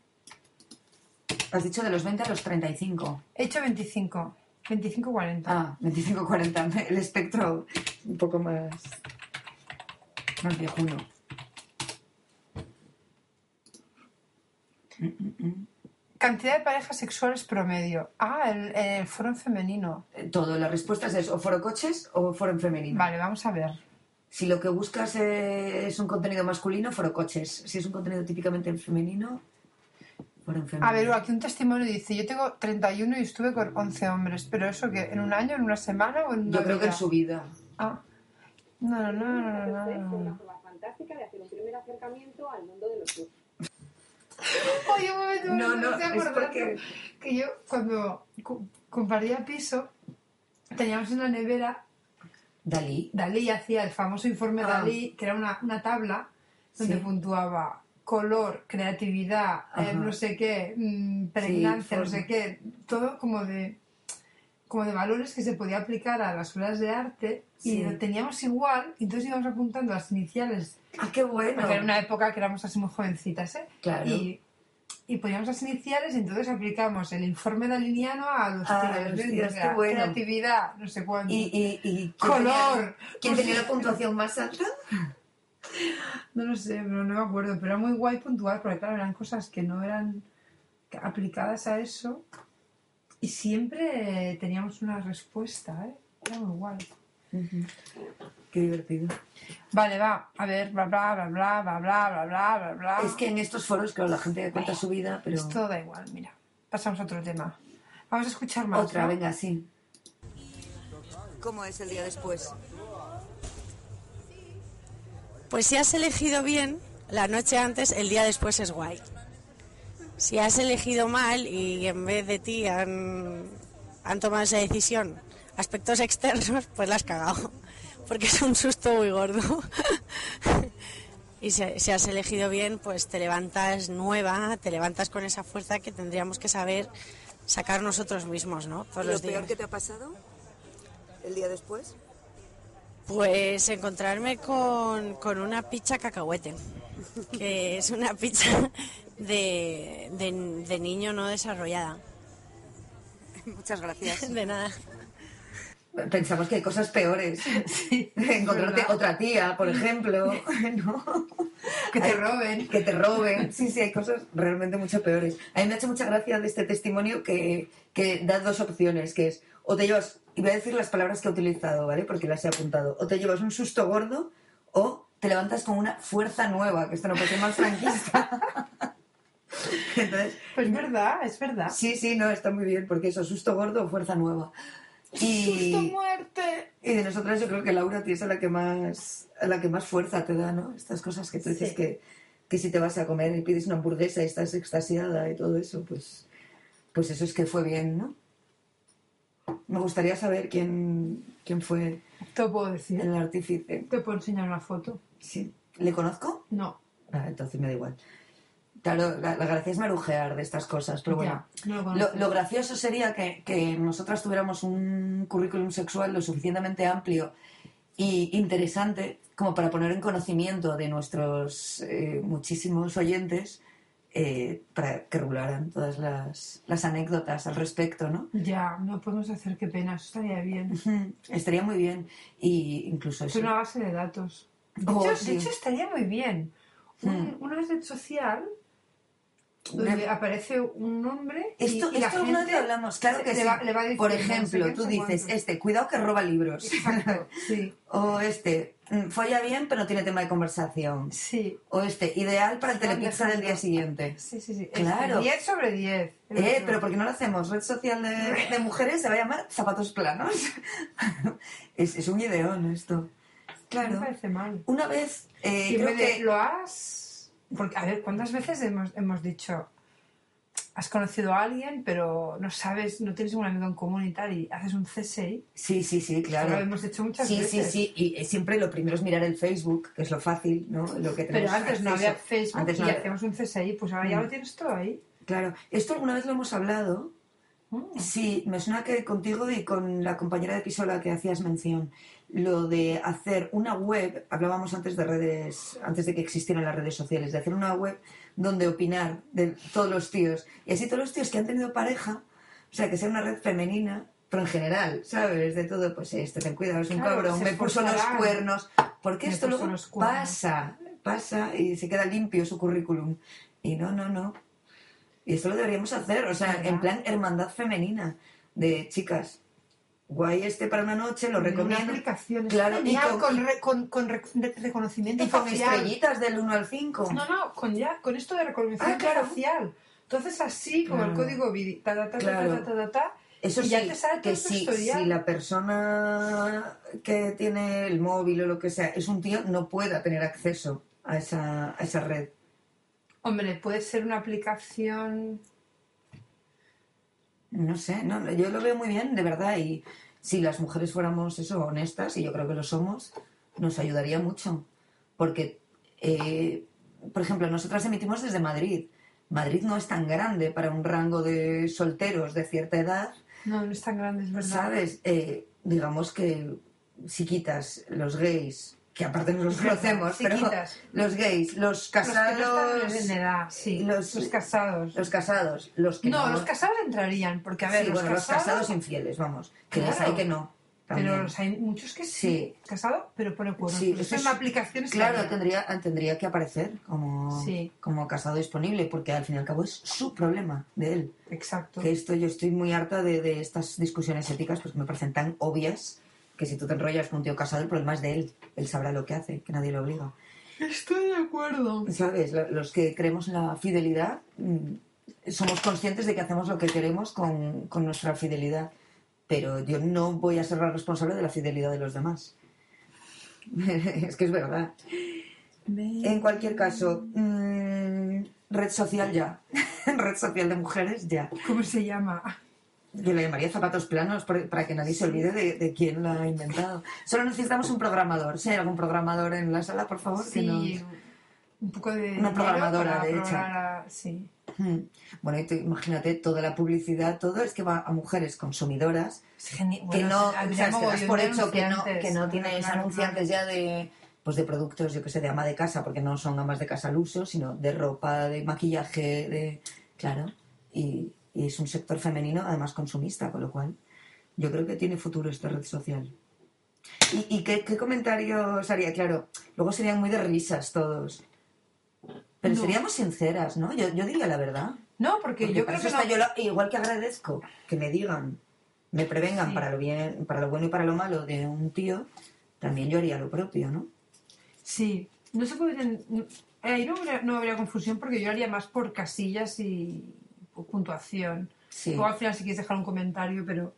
[SPEAKER 2] Has dicho de los 20 a los 35.
[SPEAKER 1] he hecho 25. 25-40.
[SPEAKER 2] Ah, 25, 40. [LAUGHS] El espectro un poco más. Más viejuno.
[SPEAKER 1] Cantidad de parejas sexuales promedio. Ah, el, el foro en femenino.
[SPEAKER 2] Eh, Todo, las respuestas es o foro coches o foro en femenino.
[SPEAKER 1] Vale, vamos a ver.
[SPEAKER 2] Si lo que buscas eh, es un contenido masculino, foro coches. Si es un contenido típicamente en femenino, foro en femenino.
[SPEAKER 1] A ver, aquí un testimonio dice, yo tengo 31 y estuve con 11 hombres, pero eso que en un año, en una semana o en una
[SPEAKER 2] Yo creo que en
[SPEAKER 1] vida?
[SPEAKER 2] su vida.
[SPEAKER 1] Ah. No, no, no, no, no, no, no, no. Oye, un momento, un
[SPEAKER 2] No,
[SPEAKER 1] momento,
[SPEAKER 2] no,
[SPEAKER 1] estoy
[SPEAKER 2] es
[SPEAKER 1] acordando
[SPEAKER 2] porque-
[SPEAKER 1] que yo cuando co- compartía piso teníamos en la nevera
[SPEAKER 2] Dalí.
[SPEAKER 1] Dalí hacía el famoso informe
[SPEAKER 2] Ah.
[SPEAKER 1] Dalí, que era una, una tabla donde
[SPEAKER 2] Sí.
[SPEAKER 1] puntuaba color, creatividad, eh,
[SPEAKER 2] Ajá.
[SPEAKER 1] no sé qué, mm, pregnancia, no
[SPEAKER 2] forma.
[SPEAKER 1] sé qué, todo como de como de valores que se podía aplicar a las obras de arte
[SPEAKER 2] Sí.
[SPEAKER 1] y lo teníamos igual, y entonces íbamos apuntando las iniciales,
[SPEAKER 2] Ah, qué bueno.
[SPEAKER 1] porque era una época que éramos así muy jovencitas, ¿eh?
[SPEAKER 2] Claro.
[SPEAKER 1] Y, y poníamos las iniciales y entonces aplicamos el informe daliniano a los
[SPEAKER 2] Ah,
[SPEAKER 1] tiros,
[SPEAKER 2] a los
[SPEAKER 1] ¿no?
[SPEAKER 2] tiros,
[SPEAKER 1] Entonces
[SPEAKER 2] qué
[SPEAKER 1] era
[SPEAKER 2] bueno.
[SPEAKER 1] creatividad, no sé cuánto.
[SPEAKER 2] Y, y, y- ¿quién
[SPEAKER 1] color.
[SPEAKER 2] tenía- ¿Quién tenía la puntuación más alta?
[SPEAKER 1] No lo sé, pero no me acuerdo. Pero era muy guay puntuar, porque claro, eran cosas que no eran aplicadas a eso. Y siempre eh, teníamos una respuesta, ¿eh? Era muy guay.
[SPEAKER 2] Qué divertido.
[SPEAKER 1] Vale, va, a ver, bla, bla, bla, bla, bla, bla, bla, bla, bla, bla.
[SPEAKER 2] Es que en estos foros, claro, la gente cuenta su vida, pero...
[SPEAKER 1] Esto da igual, mira. Pasamos a otro tema. Vamos a escuchar más.
[SPEAKER 2] Otra,
[SPEAKER 1] ¿no?
[SPEAKER 2] venga, sí.
[SPEAKER 4] ¿Cómo es el día después?
[SPEAKER 9] Pues si has elegido bien, la noche antes, el día después es guay. Si has elegido mal y en vez de ti han, han tomado esa decisión aspectos externos, pues la has cagado. [LAUGHS] Porque es un susto muy gordo. [LAUGHS] Y si, si has elegido bien, pues te levantas nueva, te levantas con esa fuerza que tendríamos que saber sacar nosotros mismos, ¿no? Todos
[SPEAKER 4] ¿Lo
[SPEAKER 9] los días.
[SPEAKER 4] peor que te ha pasado el día después?
[SPEAKER 9] Pues encontrarme con, con una pizza cacahuete, que es una pizza de, de, de niño no desarrollada.
[SPEAKER 4] Muchas gracias.
[SPEAKER 9] De nada.
[SPEAKER 2] Pensamos que hay cosas peores. Encontrarte
[SPEAKER 1] ¿verdad?
[SPEAKER 2] otra tía, por
[SPEAKER 1] [LAUGHS]
[SPEAKER 2] ejemplo. ¿no?
[SPEAKER 1] Que te
[SPEAKER 2] Ay,
[SPEAKER 1] roben.
[SPEAKER 2] Que te roben. Sí, sí, hay cosas realmente mucho peores. A mí me ha hecho mucha gracia de este testimonio que, que da dos opciones, que es o te llevas, y voy a decir las palabras que he utilizado, ¿vale? Porque las he apuntado. O te llevas un susto gordo o te levantas con una fuerza nueva, que esto no puede ser más franquista. [LAUGHS] Entonces,
[SPEAKER 1] pues verdad, es verdad.
[SPEAKER 2] Sí, sí, no, está muy bien, porque eso, susto gordo o fuerza nueva. Y,
[SPEAKER 1] ¡Susto muerte!
[SPEAKER 2] y de nosotras yo creo que Laura tienes a la que más, a la que más fuerza te da, ¿no? Estas cosas que tú dices
[SPEAKER 1] Sí.
[SPEAKER 2] que, que si te vas a comer y pides una hamburguesa y estás extasiada y todo eso, pues, pues eso es que fue bien, ¿no? Me gustaría saber quién, quién fue
[SPEAKER 1] Te lo puedo decir.
[SPEAKER 2] el artífice.
[SPEAKER 1] Te puedo enseñar una foto.
[SPEAKER 2] Sí. ¿Le conozco?
[SPEAKER 1] No.
[SPEAKER 2] Ah, entonces me da igual. Claro, la, la gracia es marujear de estas cosas, pero bueno.
[SPEAKER 1] ya, no lo
[SPEAKER 2] Lo,
[SPEAKER 1] conozco.
[SPEAKER 2] lo gracioso sería que, que nosotras tuviéramos un currículum sexual lo suficientemente amplio e interesante como para poner en conocimiento de nuestros eh, muchísimos oyentes eh, para que regularan todas las, las anécdotas al respecto, ¿no?
[SPEAKER 1] Ya, no podemos hacer qué pena, eso estaría bien.
[SPEAKER 2] Ujú, Estaría muy bien y incluso
[SPEAKER 1] Es
[SPEAKER 2] eso.
[SPEAKER 1] una base de datos. De,
[SPEAKER 2] Oh,
[SPEAKER 1] hecho,
[SPEAKER 2] sí. Hmm.
[SPEAKER 1] de hecho, estaría muy bien. Un- Una red social donde
[SPEAKER 2] Una-
[SPEAKER 1] aparece un nombre y,
[SPEAKER 2] Esto,
[SPEAKER 1] y la
[SPEAKER 2] esto no
[SPEAKER 1] gente...
[SPEAKER 2] te hablamos, claro
[SPEAKER 1] se-
[SPEAKER 2] que
[SPEAKER 1] le
[SPEAKER 2] sí.
[SPEAKER 1] va- le va diciendo,
[SPEAKER 2] Por
[SPEAKER 1] no sé qué,
[SPEAKER 2] ejemplo,
[SPEAKER 1] no
[SPEAKER 2] tú
[SPEAKER 1] sé
[SPEAKER 2] dices,
[SPEAKER 1] cuánto.
[SPEAKER 2] este, cuidado que roba libros.
[SPEAKER 1] Exacto, sí,
[SPEAKER 2] [LAUGHS] o este, mm, folla bien pero no tiene tema de conversación.
[SPEAKER 1] sí.
[SPEAKER 2] O este, ideal para el
[SPEAKER 1] Sí,
[SPEAKER 2] telepizza del
[SPEAKER 1] Alejandro.
[SPEAKER 2] día siguiente.
[SPEAKER 1] Sí, sí, sí.
[SPEAKER 2] Claro.
[SPEAKER 1] 10 sobre 10.
[SPEAKER 2] Eh, pero ¿por qué no lo hacemos? Red social de, de mujeres se va a llamar Zapatos Planos. [LAUGHS] es, es un ideón esto.
[SPEAKER 1] No
[SPEAKER 2] Claro.
[SPEAKER 1] me parece mal.
[SPEAKER 2] Una vez, eh,
[SPEAKER 1] Y en
[SPEAKER 2] creo
[SPEAKER 1] vez de,
[SPEAKER 2] que...
[SPEAKER 1] lo has... Porque, a ver, ¿cuántas veces hemos, hemos dicho... Has conocido a alguien, pero no sabes, no tienes ningún amigo en común y tal, y haces un CSI.
[SPEAKER 2] Sí, sí, sí,
[SPEAKER 1] Lo
[SPEAKER 2] claro.
[SPEAKER 1] hemos hecho muchas
[SPEAKER 2] Sí,
[SPEAKER 1] veces.
[SPEAKER 2] sí, sí. Y eh, siempre lo primero es mirar el Facebook, que es lo fácil, ¿no? Lo que
[SPEAKER 1] Pero
[SPEAKER 2] tenemos
[SPEAKER 1] antes no había
[SPEAKER 2] acceso.
[SPEAKER 1] Facebook
[SPEAKER 2] Antes no
[SPEAKER 1] y
[SPEAKER 2] había- Mm.
[SPEAKER 1] hacíamos un CSI, pues ahora ya lo tienes todo ahí.
[SPEAKER 2] Claro. Esto alguna vez lo hemos hablado.
[SPEAKER 1] Mm.
[SPEAKER 2] Sí, me suena que contigo y con la compañera de piso a la que hacías mención, lo de hacer una web, hablábamos antes de redes, antes de que existieran las redes sociales, de hacer una web donde opinar de todos los tíos. Y así todos los tíos que han tenido pareja, o sea, que sea una red femenina, pero en general, ¿sabes? De todo, pues este, ten cuidado, es un
[SPEAKER 1] Claro,
[SPEAKER 2] cabrón,
[SPEAKER 1] se
[SPEAKER 2] me puso los
[SPEAKER 1] esforzarán.
[SPEAKER 2] cuernos. Porque
[SPEAKER 1] Me
[SPEAKER 2] esto
[SPEAKER 1] puso
[SPEAKER 2] luego
[SPEAKER 1] los cuernos.
[SPEAKER 2] pasa, pasa y se queda limpio su currículum. Y no, no, no, y esto lo deberíamos hacer, o sea, en
[SPEAKER 1] ¿Verdad?
[SPEAKER 2] plan hermandad femenina de chicas. Guay este para una noche, lo
[SPEAKER 1] Una
[SPEAKER 2] recomiendo.
[SPEAKER 1] aplicación es
[SPEAKER 2] Claro, y
[SPEAKER 1] genial,
[SPEAKER 2] con-
[SPEAKER 1] con, re- con, con re- re- reconocimiento
[SPEAKER 2] Y con
[SPEAKER 1] facial.
[SPEAKER 2] estrellitas del 1 al 5.
[SPEAKER 1] No, no, con, ya, con esto de reconocimiento
[SPEAKER 2] Ah, claro.
[SPEAKER 1] facial. Entonces así, como
[SPEAKER 2] Claro.
[SPEAKER 1] el código BIDI, ta, ta, ta, ta,
[SPEAKER 2] Claro.
[SPEAKER 1] ta, ta, ta, ta,
[SPEAKER 2] Eso
[SPEAKER 1] y
[SPEAKER 2] sí,
[SPEAKER 1] ya te sale todo
[SPEAKER 2] que
[SPEAKER 1] tu
[SPEAKER 2] si,
[SPEAKER 1] historial.
[SPEAKER 2] si la persona que tiene el móvil o lo que sea es un tío, no pueda tener acceso a esa, a esa red.
[SPEAKER 1] Hombre, puede ser una aplicación...
[SPEAKER 2] No sé, no, no, yo lo veo muy bien, de verdad, y si las mujeres fuéramos eso, honestas, y yo creo que lo somos, nos ayudaría mucho. Porque, eh, por ejemplo, nosotras emitimos desde Madrid. Madrid no es tan grande para un rango de solteros de cierta edad,
[SPEAKER 1] No, no es tan grande, es verdad.
[SPEAKER 2] ¿sabes? Eh, digamos que si quitas los gays, que aparte no los
[SPEAKER 1] [LAUGHS] Es verdad,
[SPEAKER 2] conocemos,
[SPEAKER 1] si
[SPEAKER 2] pero
[SPEAKER 1] quitas.
[SPEAKER 2] los gays, los
[SPEAKER 1] Los que no
[SPEAKER 2] casados,
[SPEAKER 1] están en edad, sí.
[SPEAKER 2] los-
[SPEAKER 1] Los, casados.
[SPEAKER 2] los casados, los que
[SPEAKER 1] no, los casados entrarían, porque a ver,
[SPEAKER 2] Sí,
[SPEAKER 1] los,
[SPEAKER 2] bueno,
[SPEAKER 1] casados,
[SPEAKER 2] infieles, vamos. Que les
[SPEAKER 1] Claro.
[SPEAKER 2] hay que no. también.
[SPEAKER 1] Pero los hay muchos que sí. Casado, pero pone cuernos.
[SPEAKER 2] Sí,
[SPEAKER 1] Pues
[SPEAKER 2] eso
[SPEAKER 1] eso
[SPEAKER 2] es-
[SPEAKER 1] en la aplicación es
[SPEAKER 2] Claro,
[SPEAKER 1] genial.
[SPEAKER 2] tendría, tendría que aparecer como,
[SPEAKER 1] Sí.
[SPEAKER 2] como casado disponible, porque al fin y al cabo es su problema de él.
[SPEAKER 1] Exacto.
[SPEAKER 2] Que esto yo estoy muy harta de, de estas discusiones éticas, porque me parecen tan obvias que si tú te enrollas con un tío casado, el problema es de él. Él sabrá lo que hace, que nadie lo obliga.
[SPEAKER 1] Estoy de acuerdo.
[SPEAKER 2] ¿Sabes? Lo- Los que creemos en la fidelidad mm, somos conscientes de que hacemos lo que queremos con, con nuestra fidelidad, pero yo no voy a ser la responsable de la fidelidad de los demás. [LAUGHS] es que es verdad. En cualquier caso, mm, red social ya. [LAUGHS] red social de mujeres ya.
[SPEAKER 1] ¿Cómo se llama?
[SPEAKER 2] Yo la llamaría zapatos planos por- para que nadie se olvide de, de quién la ha inventado. Solo necesitamos un programador. Si hay algún programador en la sala, por favor, que nos-
[SPEAKER 1] Sí. Un poco de.
[SPEAKER 2] Una
[SPEAKER 1] dinero
[SPEAKER 2] programadora,
[SPEAKER 1] para
[SPEAKER 2] de hecho.
[SPEAKER 1] programar a- Sí.
[SPEAKER 2] Mm. Bueno, y tú imagínate toda la publicidad, todo es que va a mujeres consumidoras
[SPEAKER 1] Es genial.
[SPEAKER 2] que no, o sea, es que das por hecho que no, que no tienes anunciantes ya de pues de productos, yo que sé, de ama de casa, porque no son amas de casa al uso, sino de ropa, de maquillaje, de claro, y, y es un sector femenino además consumista, con lo cual yo creo que tiene futuro esta red social. ¿Y, y qué, qué comentarios haría? Claro, luego serían muy de risas todos. Pero
[SPEAKER 1] No.
[SPEAKER 2] seríamos sinceras, ¿no? Yo, yo diría la verdad.
[SPEAKER 1] No, porque,
[SPEAKER 2] Porque
[SPEAKER 1] yo
[SPEAKER 2] para
[SPEAKER 1] creo que
[SPEAKER 2] eso
[SPEAKER 1] no.
[SPEAKER 2] está yo la- igual que agradezco que me digan, me prevengan
[SPEAKER 1] Sí.
[SPEAKER 2] para lo bien, para lo bueno y para lo malo de un tío, también yo haría lo propio, ¿no?
[SPEAKER 1] Sí. No se podrían. Eh, ahí no, habría, no habría confusión porque yo haría más por casillas y por puntuación.
[SPEAKER 2] Sí.
[SPEAKER 1] O al final si quieres dejar un comentario, pero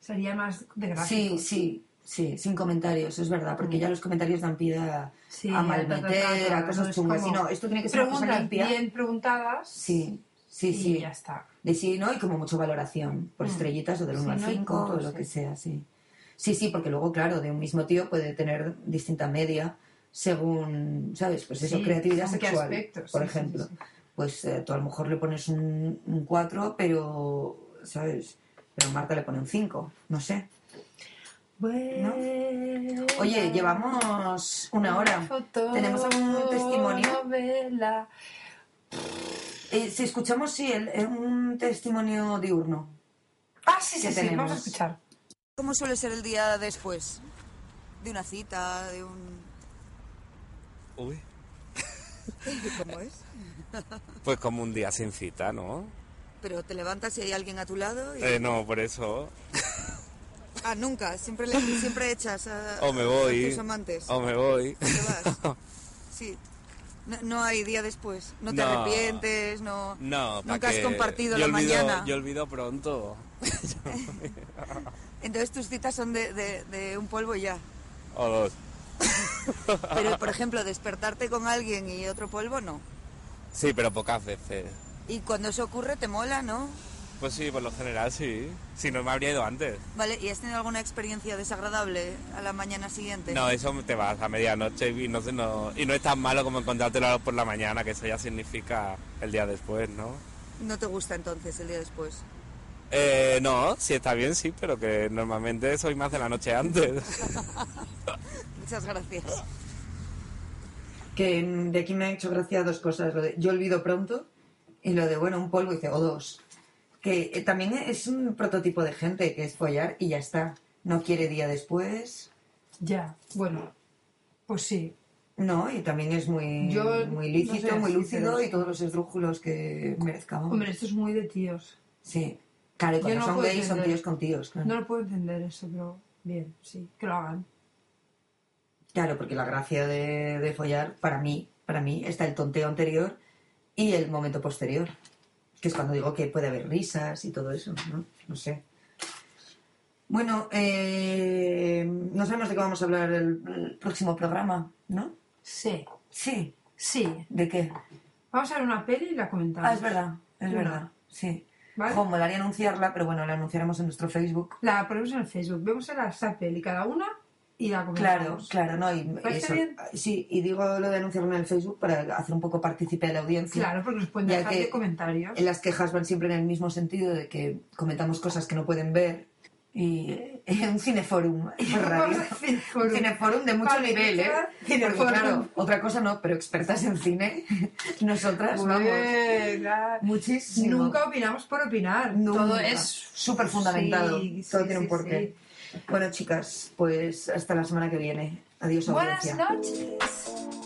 [SPEAKER 1] sería más de gráfico.
[SPEAKER 2] Sí, sí, sí, sin comentarios, es verdad, porque ya los comentarios dan pie a,
[SPEAKER 1] Sí,
[SPEAKER 2] a
[SPEAKER 1] ta, ta, ta,
[SPEAKER 2] malmeter,
[SPEAKER 1] ta,
[SPEAKER 2] a
[SPEAKER 1] no
[SPEAKER 2] cosas
[SPEAKER 1] es
[SPEAKER 2] chungas. Y
[SPEAKER 1] como
[SPEAKER 2] no, esto tiene que ser una cosa
[SPEAKER 1] preguntas
[SPEAKER 2] limpia.
[SPEAKER 1] bien preguntadas.
[SPEAKER 2] Sí, sí,
[SPEAKER 1] y
[SPEAKER 2] sí.
[SPEAKER 1] ya está.
[SPEAKER 2] De sí, ¿no? Y como mucho valoración, por
[SPEAKER 1] Mm.
[SPEAKER 2] estrellitas o del
[SPEAKER 1] Sí,
[SPEAKER 2] 1 al
[SPEAKER 1] no hay
[SPEAKER 2] 5, o
[SPEAKER 1] puntos,
[SPEAKER 2] lo
[SPEAKER 1] sí.
[SPEAKER 2] que sea, sí. Sí, sí, porque luego, claro, de un mismo tío puede tener distinta media según, ¿sabes? Pues eso,
[SPEAKER 1] Sí,
[SPEAKER 2] creatividad
[SPEAKER 1] ¿en qué
[SPEAKER 2] sexual,
[SPEAKER 1] aspectos?
[SPEAKER 2] por
[SPEAKER 1] Sí, sí,
[SPEAKER 2] ejemplo.
[SPEAKER 1] sí,
[SPEAKER 2] Pues eh, tú a lo mejor le pones un 4, pero, ¿sabes? Pero Marta le pone un 5, no sé.
[SPEAKER 1] Bueno.
[SPEAKER 2] Oye, llevamos una hora. Tenemos algún testimonio.
[SPEAKER 1] Novela.
[SPEAKER 2] Eh, si escuchamos, sí, el- eh, un testimonio diurno.
[SPEAKER 1] Ah, sí,
[SPEAKER 2] que
[SPEAKER 1] sí, sí, vamos a
[SPEAKER 2] tenemos.
[SPEAKER 1] escuchar.
[SPEAKER 4] ¿Cómo suele ser el día después? De una cita, de un...
[SPEAKER 10] Uy.
[SPEAKER 4] ¿Cómo es?
[SPEAKER 10] Pues como un día sin cita, ¿no?
[SPEAKER 4] Pero te levantas y hay alguien a tu lado y...
[SPEAKER 10] Eh, no, por eso.
[SPEAKER 4] Ah, nunca. Siempre, le, siempre echas a,
[SPEAKER 10] O Oh, me
[SPEAKER 4] a
[SPEAKER 10] voy. Oh.
[SPEAKER 4] tus amantes.
[SPEAKER 10] O me voy.
[SPEAKER 4] Te vas. Sí. No, no hay día después. No te
[SPEAKER 10] No.
[SPEAKER 4] arrepientes, no...
[SPEAKER 10] No, ¿pa'
[SPEAKER 4] Nunca has
[SPEAKER 10] qué?
[SPEAKER 4] compartido
[SPEAKER 10] Yo
[SPEAKER 4] la
[SPEAKER 10] olvido-
[SPEAKER 4] mañana.
[SPEAKER 10] Yo olvido pronto.
[SPEAKER 4] Entonces tus citas son de, de- de un polvo y ya.
[SPEAKER 10] O dos.
[SPEAKER 4] Pero, por ejemplo, despertarte con alguien y otro polvo, no.
[SPEAKER 10] Sí, pero pocas veces.
[SPEAKER 4] Y cuando eso ocurre, te mola, ¿no?
[SPEAKER 10] Pues sí, por lo general sí. Si no me habría ido antes.
[SPEAKER 4] Vale, ¿y has tenido alguna experiencia desagradable a la mañana siguiente?
[SPEAKER 10] No, eso te vas a medianoche y no, se- no, y no es tan malo como encontrártelo por la mañana, que eso ya significa el día después, ¿no?
[SPEAKER 4] ¿No te gusta entonces el día después?
[SPEAKER 10] Eh, no, si está bien, sí, pero que normalmente soy más de la noche antes.
[SPEAKER 4] Muchas gracias.
[SPEAKER 2] Que mm, de aquí me ha hecho gracia dos cosas. Lo de yo olvido pronto y lo de, bueno, un polvo y dice, o dos. Que eh, también es un prototipo de gente que es follar y ya está. No quiere día después.
[SPEAKER 1] Ya, bueno, pues sí.
[SPEAKER 2] No, y también es muy,
[SPEAKER 1] Yo
[SPEAKER 2] muy
[SPEAKER 1] no
[SPEAKER 2] lícito,
[SPEAKER 1] soy
[SPEAKER 2] muy
[SPEAKER 1] así,
[SPEAKER 2] lúcido
[SPEAKER 1] pero-
[SPEAKER 2] y todos los esdrújulos que merezcamos.
[SPEAKER 1] Hombre, esto es muy de tíos.
[SPEAKER 2] Sí. Claro, y
[SPEAKER 1] Yo
[SPEAKER 2] cuando
[SPEAKER 1] no
[SPEAKER 2] son
[SPEAKER 1] puedo
[SPEAKER 2] gays son
[SPEAKER 1] entender.
[SPEAKER 2] tíos con tíos. claro.
[SPEAKER 1] No lo puedo entender eso, pero bien, sí, que lo hagan.
[SPEAKER 2] Claro, porque la gracia de, de follar, para mí, para mí, está el tonteo anterior y el momento posterior, que es cuando digo que puede haber risas y todo eso, ¿no? No sé. Bueno, eh, no sabemos de qué vamos a hablar el, el próximo programa, ¿no?
[SPEAKER 1] Sí,
[SPEAKER 2] Sí.
[SPEAKER 1] sí.
[SPEAKER 2] ¿De qué?
[SPEAKER 1] Vamos a ver una peli y la comentamos.
[SPEAKER 2] Ah, es verdad, es
[SPEAKER 1] Una.
[SPEAKER 2] verdad, sí.
[SPEAKER 1] ¿Vale?
[SPEAKER 2] Jo, molaría anunciarla, pero bueno, la anunciaremos en nuestro Facebook.
[SPEAKER 1] La ponemos en el Facebook, vemos a la- esa peli cada una y la
[SPEAKER 2] Claro,
[SPEAKER 1] comentamos.
[SPEAKER 2] claro, no, y, y
[SPEAKER 1] ¿Parece
[SPEAKER 2] eso-
[SPEAKER 1] bien?
[SPEAKER 2] sí, y digo lo de anunciarlo en el Facebook para hacer un poco partícipe de la audiencia.
[SPEAKER 1] Claro, porque nos pueden
[SPEAKER 2] Ya
[SPEAKER 1] dejar
[SPEAKER 2] que-
[SPEAKER 1] de comentarios.
[SPEAKER 2] las quejas van siempre en el mismo sentido de que comentamos cosas que no pueden ver y eh, un cineforum [LAUGHS] por radio.
[SPEAKER 1] [LAUGHS] Vamos a hacer
[SPEAKER 2] Un
[SPEAKER 1] forum.
[SPEAKER 2] cineforum de mucho
[SPEAKER 1] Vale,
[SPEAKER 2] nivel, ¿eh? Porque,
[SPEAKER 1] cineforum.
[SPEAKER 2] claro, otra cosa no, pero expertas en cine, [LAUGHS] nosotras,
[SPEAKER 1] Muy
[SPEAKER 2] vamos,
[SPEAKER 1] bien, claro.
[SPEAKER 2] muchísimo.
[SPEAKER 1] Pues, Nunca opinamos por opinar.
[SPEAKER 2] Nunca.
[SPEAKER 1] Todo es
[SPEAKER 2] súper fundamentado.
[SPEAKER 1] Sí,
[SPEAKER 2] Todo
[SPEAKER 1] sí,
[SPEAKER 2] tiene un
[SPEAKER 1] sí,
[SPEAKER 2] porqué. Bueno, chicas, pues hasta la semana que viene. Adiós,
[SPEAKER 1] sí. Buenas
[SPEAKER 2] audiencia.
[SPEAKER 1] noches.